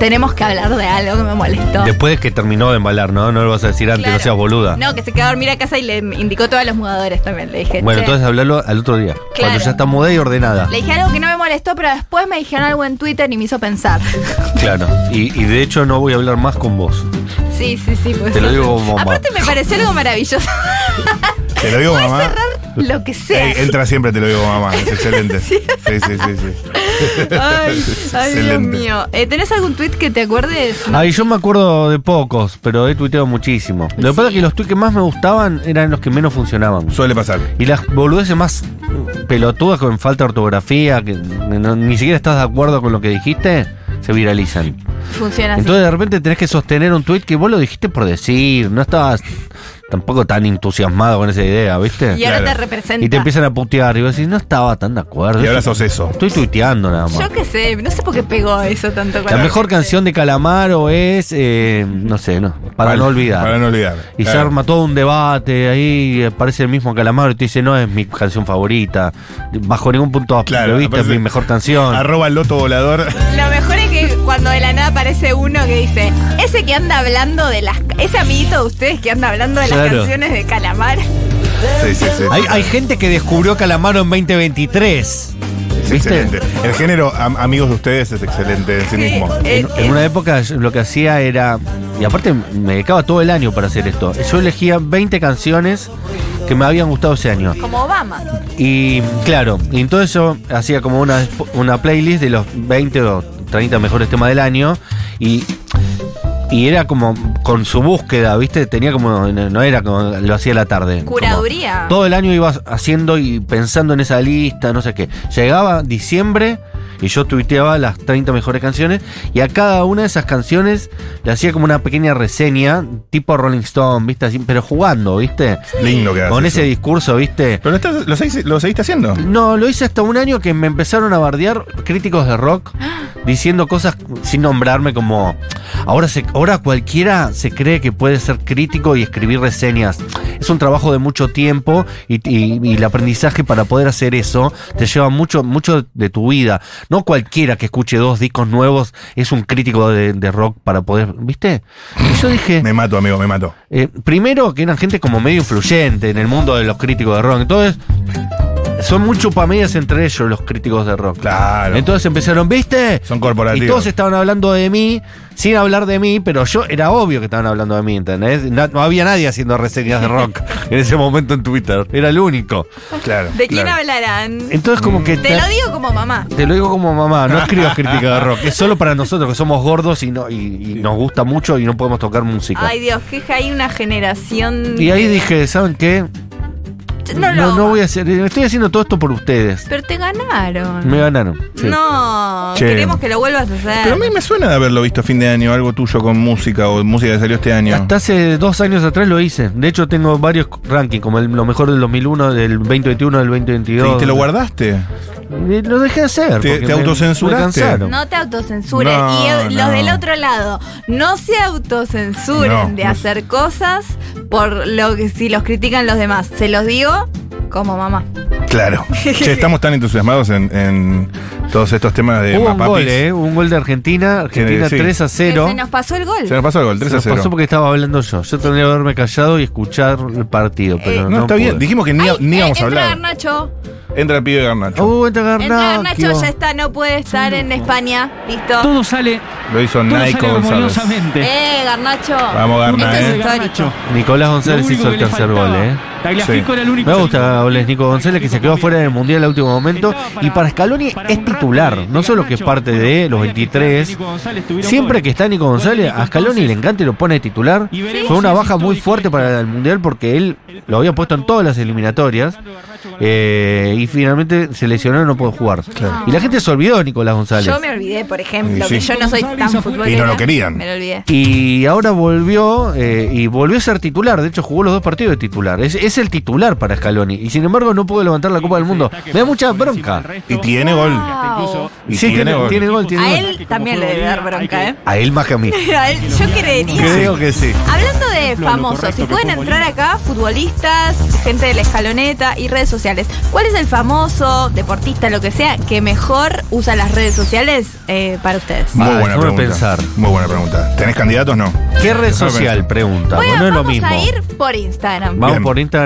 Speaker 2: tenemos que hablar de algo que me molestó.
Speaker 1: Después de que terminó de embalar, ¿no? No lo vas a decir antes, no
Speaker 2: Claro.
Speaker 1: seas boluda.
Speaker 2: No, que se quedó a dormir a casa y le indicó todos los mudadores también. Le dije,
Speaker 1: bueno,
Speaker 2: "Che".
Speaker 1: entonces hablarlo al otro día. Cuando ya está mudada y ordenada.
Speaker 2: Le dije algo que no me molestó, pero después me dijeron algo en Twitter y me hizo pensar.
Speaker 1: Claro. Y, y de hecho no voy a hablar más con vos.
Speaker 2: Sí, sí, sí. pues.
Speaker 1: Te lo digo como mamá.
Speaker 2: Aparte me pareció algo maravilloso.
Speaker 3: Te lo digo
Speaker 2: Puedes
Speaker 3: mamá.
Speaker 2: cerrar lo que sea.
Speaker 3: Ey, entra siempre, te lo digo mamá. Es excelente. Sí, sí, sí, sí.
Speaker 2: Ay, ay, Dios
Speaker 3: Excelente.
Speaker 2: mío. Eh, ¿Tenés algún tweet que te acuerdes?
Speaker 1: Ay, yo me acuerdo de pocos, pero he tuiteado muchísimo. Lo que pasa es que los tweets que más me gustaban eran los que menos funcionaban.
Speaker 3: Suele pasar.
Speaker 1: Y las boludeces más pelotudas con falta de ortografía, que no- ni siquiera estás de acuerdo con lo que dijiste, se viralizan.
Speaker 2: Ah, Funciona así.
Speaker 1: Entonces de repente tenés que sostener un tuit que vos lo dijiste por decir, no estabas tampoco tan entusiasmado con esa idea, ¿viste?
Speaker 2: y ahora
Speaker 3: claro.
Speaker 2: te representa.
Speaker 1: Y te empiezan a putear y vos decís, no estaba tan de acuerdo.
Speaker 3: Y ahora sos eso.
Speaker 1: Estoy tuiteando nada más.
Speaker 2: Yo qué sé, no sé por qué pegó eso tanto. con
Speaker 1: La mejor
Speaker 2: gente.
Speaker 1: canción de Calamaro es, eh, no sé, no, para no olvidar.
Speaker 3: Para no olvidar.
Speaker 1: Y se
Speaker 3: Claro.
Speaker 1: arma todo un debate, ahí aparece el mismo Calamaro y te dice, no, es mi canción favorita. Bajo ningún punto
Speaker 3: Claro,
Speaker 1: de vista es
Speaker 3: aparece-
Speaker 1: mi mejor canción.
Speaker 3: Arroba el loto volador.
Speaker 2: Lo mejor es que cuando de la nada aparece uno que dice, ese que anda hablando de las... Ese amiguito de ustedes que anda hablando de las
Speaker 1: Claro.
Speaker 2: canciones de Calamar.
Speaker 3: Sí, sí, sí.
Speaker 1: Hay, hay gente que descubrió Calamaro en 2023.
Speaker 3: Es
Speaker 1: ¿Viste?
Speaker 3: excelente. El género am- amigos de ustedes es excelente en sí mismo.
Speaker 2: Eh,
Speaker 1: En, en una época yo lo que hacía era. Y aparte me dedicaba todo el año para hacer esto. Yo elegía 20 canciones que me habían gustado ese año.
Speaker 2: Como Obama.
Speaker 1: Y claro, y entonces yo hacía como una, una playlist de los 20 o 30 mejores temas del año. Y, y era como con su búsqueda, ¿viste? Tenía como. No no era como lo hacía a la tarde. como-
Speaker 2: Curaduría.
Speaker 1: todo el año iba haciendo y pensando en esa lista, no sé qué. Llegaba diciembre y yo tuiteaba las 30 mejores canciones y a cada una de esas canciones le hacía como una pequeña reseña, tipo Rolling Stone, ¿viste? Así, pero jugando, ¿viste?
Speaker 3: Lindo que haces.
Speaker 1: Con ese
Speaker 3: eso.
Speaker 1: discurso, ¿viste?
Speaker 3: Pero lo, estás- lo seguís- lo seguiste haciendo.
Speaker 1: No, lo hice hasta un año que me empezaron a bardear críticos de rock diciendo cosas sin nombrarme como ahora se, ahora cualquiera se cree que puede ser crítico y escribir reseñas. Es un trabajo de mucho tiempo y, y- y el aprendizaje para poder hacer eso te lleva mucho mucho de tu vida. No cualquiera que escuche dos discos nuevos es un crítico de, de rock para poder, ¿viste? Y yo dije,
Speaker 3: Me mato, amigo, me mato.
Speaker 1: eh, primero, que eran gente como medio influyente en el mundo de los críticos de rock. Entonces, son muy chupamedias entre ellos los críticos de rock.
Speaker 3: Claro.
Speaker 1: Entonces empezaron, ¿viste?
Speaker 3: Son corporativos.
Speaker 1: Y todos estaban hablando de mí, sin hablar de mí, pero yo era obvio que estaban hablando de mí, ¿entendés? Na- No, había nadie haciendo reseñas de rock en ese momento en Twitter. Era el único.
Speaker 3: Claro.
Speaker 2: ¿De quién
Speaker 3: claro.
Speaker 2: hablarán?
Speaker 1: Entonces, como que.
Speaker 2: Mm. Te lo digo como mamá.
Speaker 1: Te lo digo como mamá, no escribas crítica de rock. Es solo para nosotros que somos gordos y, no, y, y nos gusta mucho y no podemos tocar música.
Speaker 2: Ay Dios, que hay una generación...
Speaker 1: Y ahí dije, ¿saben qué?
Speaker 2: Este, no, lo
Speaker 1: No, no
Speaker 2: hagas.
Speaker 1: voy a hacer. Estoy haciendo todo esto por ustedes.
Speaker 2: Pero te ganaron.
Speaker 1: Me ganaron. sí.
Speaker 2: No,
Speaker 3: Che.
Speaker 2: queremos que lo vuelvas a hacer.
Speaker 3: Pero a mí me suena de haberlo visto a fin de año, algo tuyo con música o música que salió este año.
Speaker 1: Hasta hace dos años atrás lo hice. De hecho, tengo varios rankings, como el- lo mejor del 2001, del 2021, del 2022.
Speaker 3: ¿Y te lo guardaste?
Speaker 1: Eh, Lo dejé de hacer.
Speaker 3: ¿Te-
Speaker 1: porque
Speaker 3: te
Speaker 1: me-
Speaker 3: autocensuraste?
Speaker 1: me cansaron.
Speaker 2: No te autocensures.
Speaker 3: No,
Speaker 2: y el- los
Speaker 3: no.
Speaker 2: del otro lado, no se autocensuren
Speaker 3: No,
Speaker 2: de
Speaker 3: no.
Speaker 2: hacer cosas por lo que si los critican los demás. Se los digo como mamá.
Speaker 3: Claro. Che, estamos tan entusiasmados en, en todos estos temas de
Speaker 1: Hubo un
Speaker 3: Mapapis.
Speaker 1: gol, eh, un gol de Argentina. Argentina
Speaker 3: Sí.
Speaker 1: 3 a
Speaker 2: Que
Speaker 1: 0.
Speaker 2: Se nos pasó el gol.
Speaker 3: Se nos pasó el gol, 3
Speaker 1: Se
Speaker 3: a
Speaker 1: nos
Speaker 3: 0.
Speaker 1: pasó porque estaba hablando yo. Yo tendría que haberme callado y escuchar el partido, pero
Speaker 3: Eh, no,
Speaker 1: no
Speaker 3: está
Speaker 1: pude.
Speaker 3: bien. Dijimos que ni,
Speaker 2: Ay,
Speaker 3: ni
Speaker 2: eh,
Speaker 3: íbamos a
Speaker 2: entra
Speaker 3: hablar.
Speaker 2: Garnacho.
Speaker 3: Entra el pibe de Garnacho.
Speaker 1: Uh, entra
Speaker 2: Entra Garnacho,
Speaker 1: Garnacho.
Speaker 2: ya está, no puede estar en España. Listo.
Speaker 11: Todo sale,
Speaker 3: Lo hizo
Speaker 11: todo sale
Speaker 3: Nike González.
Speaker 11: armoniosamente.
Speaker 2: Eh, Garnacho.
Speaker 3: Vamos, Garna,
Speaker 2: Esto es
Speaker 3: eh.
Speaker 2: histórico.
Speaker 1: Nicolás González
Speaker 11: Lo único
Speaker 1: hizo el
Speaker 11: que le
Speaker 1: tercer gol,
Speaker 11: faltaba.
Speaker 1: eh.
Speaker 11: Tagliafico
Speaker 3: Sí.
Speaker 11: era el único.
Speaker 1: Me gusta Oles Nico González que se quedó fuera del Mundial al último momento y para Scaloni es titular, no solo que es parte de los 23. Siempre que está Nico González, a Scaloni le encanta y lo pone de titular. Fue una baja muy fuerte para el Mundial porque él lo había puesto en todas las eliminatorias eh, y finalmente se lesionó y no pudo jugar. Y la gente se olvidó de Nicolás González.
Speaker 2: Yo me olvidé, por ejemplo,
Speaker 3: Y sí.
Speaker 2: que yo no soy tan futbolera.
Speaker 3: Y no lo querían.
Speaker 2: Me lo olvidé.
Speaker 1: Y ahora volvió eh, y volvió a ser titular. De hecho, jugó los dos partidos de titular. Es, es el titular para Scaloni. Y sin embargo, no pudo levantar la Copa del Mundo. Me da mucha bronca.
Speaker 3: Y tiene gol.
Speaker 2: Wow.
Speaker 3: Y
Speaker 1: Sí, tiene,
Speaker 3: gol.
Speaker 1: tiene gol, Este, tiene
Speaker 2: A
Speaker 1: gol.
Speaker 2: él también le debe dar bronca, ¿eh?
Speaker 1: A él más que a mí.
Speaker 2: A él, yo creería.
Speaker 1: Creo que sí. Ah,
Speaker 2: Hablando de famosos, si pueden entrar acá, futbolistas, gente de la escaloneta y redes sociales, ¿cuál es el famoso, deportista, lo que sea, que mejor usa las redes sociales eh, para ustedes?
Speaker 3: Muy
Speaker 1: Ah,
Speaker 3: buena
Speaker 1: déjame
Speaker 3: pregunta.
Speaker 1: pensar.
Speaker 3: Muy buena pregunta. ¿Tenés candidatos? No.
Speaker 1: ¿Qué red
Speaker 3: Déjame
Speaker 1: social?
Speaker 3: pensar.
Speaker 1: Pregunta.
Speaker 2: Bueno,
Speaker 1: no es lo
Speaker 2: vamos
Speaker 1: mismo.
Speaker 2: a ir por Instagram,
Speaker 1: Vamos
Speaker 3: Bien.
Speaker 1: por Instagram.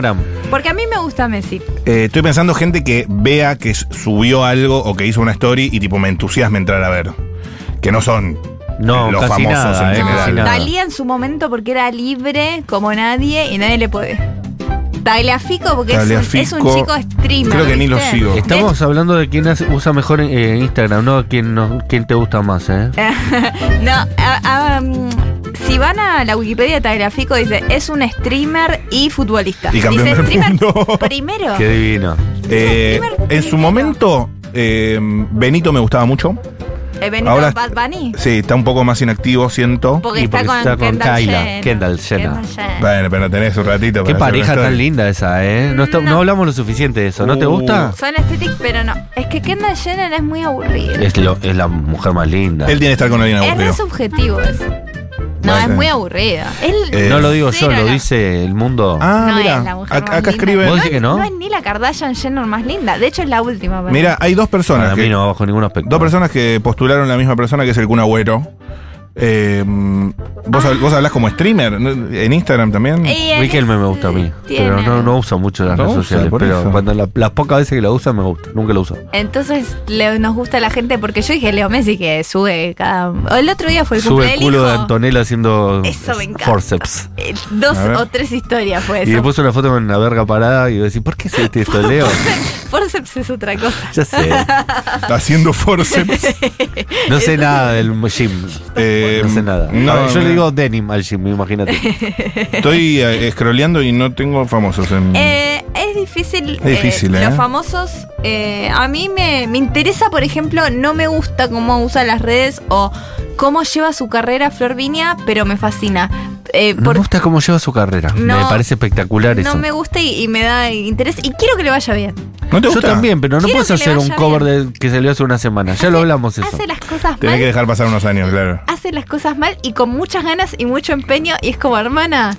Speaker 2: porque a mí me gusta Messi.
Speaker 3: Eh, estoy pensando gente que vea que s- subió algo o que hizo una story y tipo me entusiasma entrar a ver. Que no son.
Speaker 1: No,
Speaker 3: Los
Speaker 1: casi
Speaker 3: famosos
Speaker 1: nada,
Speaker 3: en
Speaker 1: eh,
Speaker 2: No,
Speaker 1: casi
Speaker 3: general.
Speaker 1: nada.
Speaker 2: Talía en su momento porque era libre como nadie y nadie le puede. Tagliafico porque es un- es, un,
Speaker 3: Tagliafico.
Speaker 2: chico streamer.
Speaker 3: Creo que ni lo
Speaker 2: ¿viste?
Speaker 3: sigo.
Speaker 1: Estamos hablando de quién hace- usa mejor eh, Instagram, no quién, nos- quién te gusta más, ¿eh?
Speaker 2: No, a- a- mm, si van a la Wikipedia de Tagliafico dice es un streamer y futbolista.
Speaker 3: Y campeón
Speaker 2: dice
Speaker 3: del
Speaker 2: streamer
Speaker 3: mundo.
Speaker 2: primero.
Speaker 1: Qué divino.
Speaker 3: Eh, en su momento, eh, Benito me gustaba mucho.
Speaker 2: Eh, venido
Speaker 3: Ahora-
Speaker 2: Bad Bunny.
Speaker 3: Sí, está un poco más inactivo, siento.
Speaker 2: Porque,
Speaker 1: Y
Speaker 2: está,
Speaker 1: porque
Speaker 2: con
Speaker 1: está con
Speaker 2: Kendall
Speaker 1: Kyla,
Speaker 2: Jenner.
Speaker 1: Kendall Jenner.
Speaker 2: Jenner.
Speaker 3: Bueno, pero tenés un ratito.
Speaker 1: Qué
Speaker 3: para hacer
Speaker 1: pareja
Speaker 3: una
Speaker 1: tan
Speaker 3: story.
Speaker 1: linda esa, ¿eh? No, está- no
Speaker 2: No.
Speaker 1: hablamos lo suficiente de eso. ¿No te
Speaker 3: Uh.
Speaker 1: gusta?
Speaker 2: Son estéticos, pero no. Es que Kendall Jenner es muy aburrido.
Speaker 1: Es, lo- es la mujer más linda.
Speaker 3: Él tiene que estar con alguien
Speaker 2: Es
Speaker 3: aburrido.
Speaker 2: re subjetivo eso. No,
Speaker 3: Vale.
Speaker 2: es muy aburrida. Él-
Speaker 3: Eh,
Speaker 1: no lo digo yo,
Speaker 2: Cero
Speaker 1: lo
Speaker 2: la-
Speaker 1: dice el mundo.
Speaker 3: Ah,
Speaker 2: no
Speaker 3: mira.
Speaker 2: es la mujer
Speaker 3: Acá,
Speaker 2: más linda.
Speaker 3: acá escribe.
Speaker 1: ¿Vos
Speaker 2: No,
Speaker 1: decís que
Speaker 2: es-
Speaker 1: no?
Speaker 2: no es ni la Kardashian Jenner más linda. De hecho, es la última. para
Speaker 3: Mira, hay dos personas.
Speaker 1: Para mí
Speaker 3: Que,
Speaker 1: no bajo ningún aspecto.
Speaker 3: Dos personas que postularon la misma persona que es el Kun Agüero. Eh, ¿vos, hab- ¿Vos hablás como streamer? ¿No? ¿En Instagram también?
Speaker 2: mí. Y él-
Speaker 1: Riquelme me gusta a mí,
Speaker 2: tiene-
Speaker 1: pero no, no usa mucho las
Speaker 3: No
Speaker 1: redes
Speaker 3: usa,
Speaker 1: sociales.
Speaker 3: por
Speaker 1: Pero
Speaker 3: eso.
Speaker 1: cuando la- las pocas veces que la usa, me gusta. Nunca la uso.
Speaker 2: Entonces le- nos gusta la gente porque yo dije Leo Messi que sube cada. o El otro día fue el
Speaker 1: Sube
Speaker 2: cumpleaños.
Speaker 1: el culo de Antonella haciendo
Speaker 2: Eso me encanta.
Speaker 1: forceps.
Speaker 2: Eh, Dos
Speaker 3: A ver.
Speaker 2: o tres historias fue
Speaker 1: Y le
Speaker 2: eso.
Speaker 1: puso una foto con una verga parada y yo decía, ¿por qué hiciste esto, Leo?
Speaker 2: Forceps es otra cosa.
Speaker 1: ya sé.
Speaker 3: Haciendo forceps.
Speaker 1: No sé nada del gym.
Speaker 3: Eh,
Speaker 1: no sé nada.
Speaker 3: no,
Speaker 1: A ver, yo
Speaker 3: no.
Speaker 1: le digo denim al gym, imagínate.
Speaker 3: Estoy eh, scrolleando y no tengo famosos
Speaker 1: Mm.
Speaker 3: en.
Speaker 2: Eh, es difícil.
Speaker 3: Es difícil, ¿eh?
Speaker 2: Los famosos. eh, a mí me, me interesa, por ejemplo, no me gusta cómo usa las redes o cómo lleva su carrera Flor Viña, pero me fascina. Eh,
Speaker 1: No
Speaker 2: por-
Speaker 1: me gusta cómo lleva su carrera. me
Speaker 2: No,
Speaker 1: parece espectacular
Speaker 2: no
Speaker 1: eso.
Speaker 2: me gusta y, y me da interés. Y quiero que le vaya bien.
Speaker 3: ¿No te
Speaker 1: Yo
Speaker 3: gusta?
Speaker 1: también, pero no
Speaker 2: Quiero
Speaker 1: puedes
Speaker 2: que le
Speaker 1: hacer un
Speaker 2: vaya
Speaker 1: cover de- que salió hace una semana. Ya lo hablamos eso.
Speaker 2: Hace las cosas
Speaker 3: Tenés
Speaker 2: mal.
Speaker 3: que dejar pasar unos años, claro.
Speaker 2: Hace las cosas mal y con muchas ganas y mucho empeño. Y es como, hermana,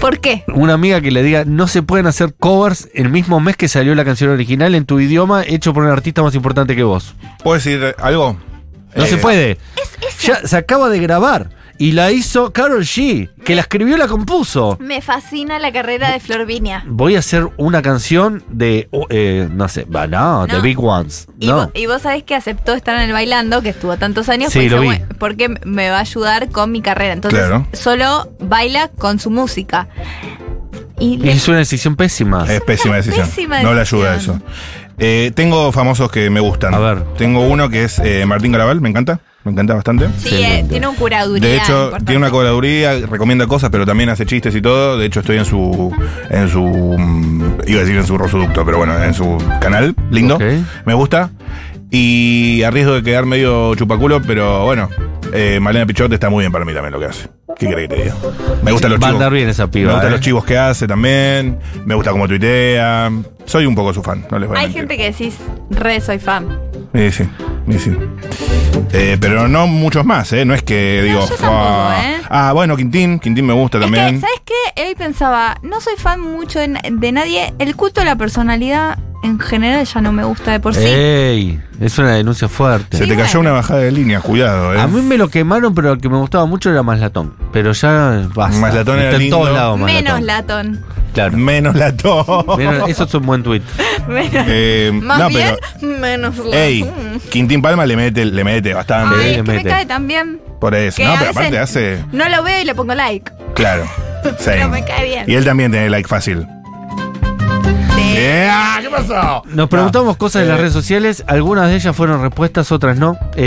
Speaker 2: ¿por qué?
Speaker 1: una amiga que le diga no se pueden hacer covers el mismo mes que salió la canción original en tu idioma hecho por un artista más importante que vos.
Speaker 3: ¿Puedo decir algo?
Speaker 1: No
Speaker 3: Eh,
Speaker 1: se puede. Ya se acaba de grabar y la hizo Carol G, que la escribió y la compuso.
Speaker 2: Me fascina la carrera de Flor Viña.
Speaker 1: Voy a hacer una canción de, oh, eh, no sé, bah, no,
Speaker 2: No.
Speaker 1: The Big Ones.
Speaker 2: Y,
Speaker 1: No.
Speaker 2: vo- y vos sabés que aceptó estar en el bailando, que estuvo tantos años,
Speaker 1: Sí,
Speaker 2: pues
Speaker 1: lo
Speaker 2: dice,
Speaker 1: vi.
Speaker 2: "Bueno, porque me va a ayudar con mi carrera. Entonces,
Speaker 3: Claro.
Speaker 2: solo baila con su música. Y le-
Speaker 1: Es una decisión pésima.
Speaker 3: Es pésima decisión.
Speaker 2: pésima
Speaker 3: no le
Speaker 2: decisión.
Speaker 3: ayuda eso. Eh, tengo famosos que me gustan.
Speaker 1: A ver.
Speaker 3: Tengo uno que es eh, Martín Garabal, me encanta. Me encanta bastante.
Speaker 2: sí, eh, tiene un curaduría.
Speaker 3: De hecho,
Speaker 2: importante.
Speaker 3: tiene una colaboraduría, recomienda cosas, pero también hace chistes y todo. De hecho, estoy en su en su mm, Iba a decir en su rosoducto, pero bueno, en su canal, lindo.
Speaker 1: Ok.
Speaker 3: Me gusta. Y a riesgo de quedar medio chupaculo, pero bueno, eh, Malena Pichot está muy bien para mí también lo que hace. ¿Qué querés que te diga? Me gustan los
Speaker 1: Va a
Speaker 3: chivos.
Speaker 1: andar bien esa
Speaker 3: Me
Speaker 1: piba.
Speaker 3: gustan
Speaker 1: eh.
Speaker 3: los chivos que hace también. Me gusta cómo tuitea. Soy un poco su fan, no les voy a
Speaker 2: Hay
Speaker 3: mentir.
Speaker 2: gente que decís, re, soy fan.
Speaker 3: Eh, sí, eh, sí. Eh, pero no muchos más, ¿eh? No es que digo.
Speaker 2: yo tampoco,
Speaker 3: "Fua".
Speaker 2: ¿eh?
Speaker 3: Ah, bueno, Quintín. Quintín me gusta
Speaker 2: Es que,
Speaker 3: también.
Speaker 2: ¿sabes qué? Hoy pensaba, no soy fan mucho de, na- de nadie. El culto a la personalidad en general ya no me gusta de por sí.
Speaker 3: Eh,
Speaker 1: Ey, es una denuncia fuerte.
Speaker 3: Se
Speaker 2: Sí,
Speaker 3: te cayó
Speaker 2: bueno.
Speaker 3: una bajada de línea, cuidado, ¿eh?
Speaker 1: A mí me lo quemaron, pero el que me gustaba mucho era Maslatón. Pero ya basta.
Speaker 3: Maslatón era
Speaker 1: Está en
Speaker 3: lindo.
Speaker 1: todos lados
Speaker 2: Menos
Speaker 1: Maslatón.
Speaker 2: latón.
Speaker 1: Claro.
Speaker 3: Menos la to.
Speaker 1: Menos- eso es un buen tuit.
Speaker 2: Menos-
Speaker 3: Eh,
Speaker 2: Más
Speaker 3: no,
Speaker 2: bien,
Speaker 3: pero.
Speaker 2: menos latón.
Speaker 3: Ey, Quintín Palma le mete, le mete bastante. eh,
Speaker 2: Ay, es
Speaker 1: le
Speaker 2: que me
Speaker 1: mete.
Speaker 2: cae también.
Speaker 3: Por eso.
Speaker 2: Que
Speaker 3: No,
Speaker 2: a
Speaker 3: pero
Speaker 2: veces
Speaker 3: aparte hace.
Speaker 2: No lo veo y le pongo like.
Speaker 3: Claro. Sí.
Speaker 2: Pero me cae bien.
Speaker 3: Y él también tiene like fácil. Yeah, ¿Qué pasó?
Speaker 1: Nos preguntamos cosas de
Speaker 3: eh,
Speaker 1: las redes sociales. Algunas de ellas fueron respuestas, otras no. Eh,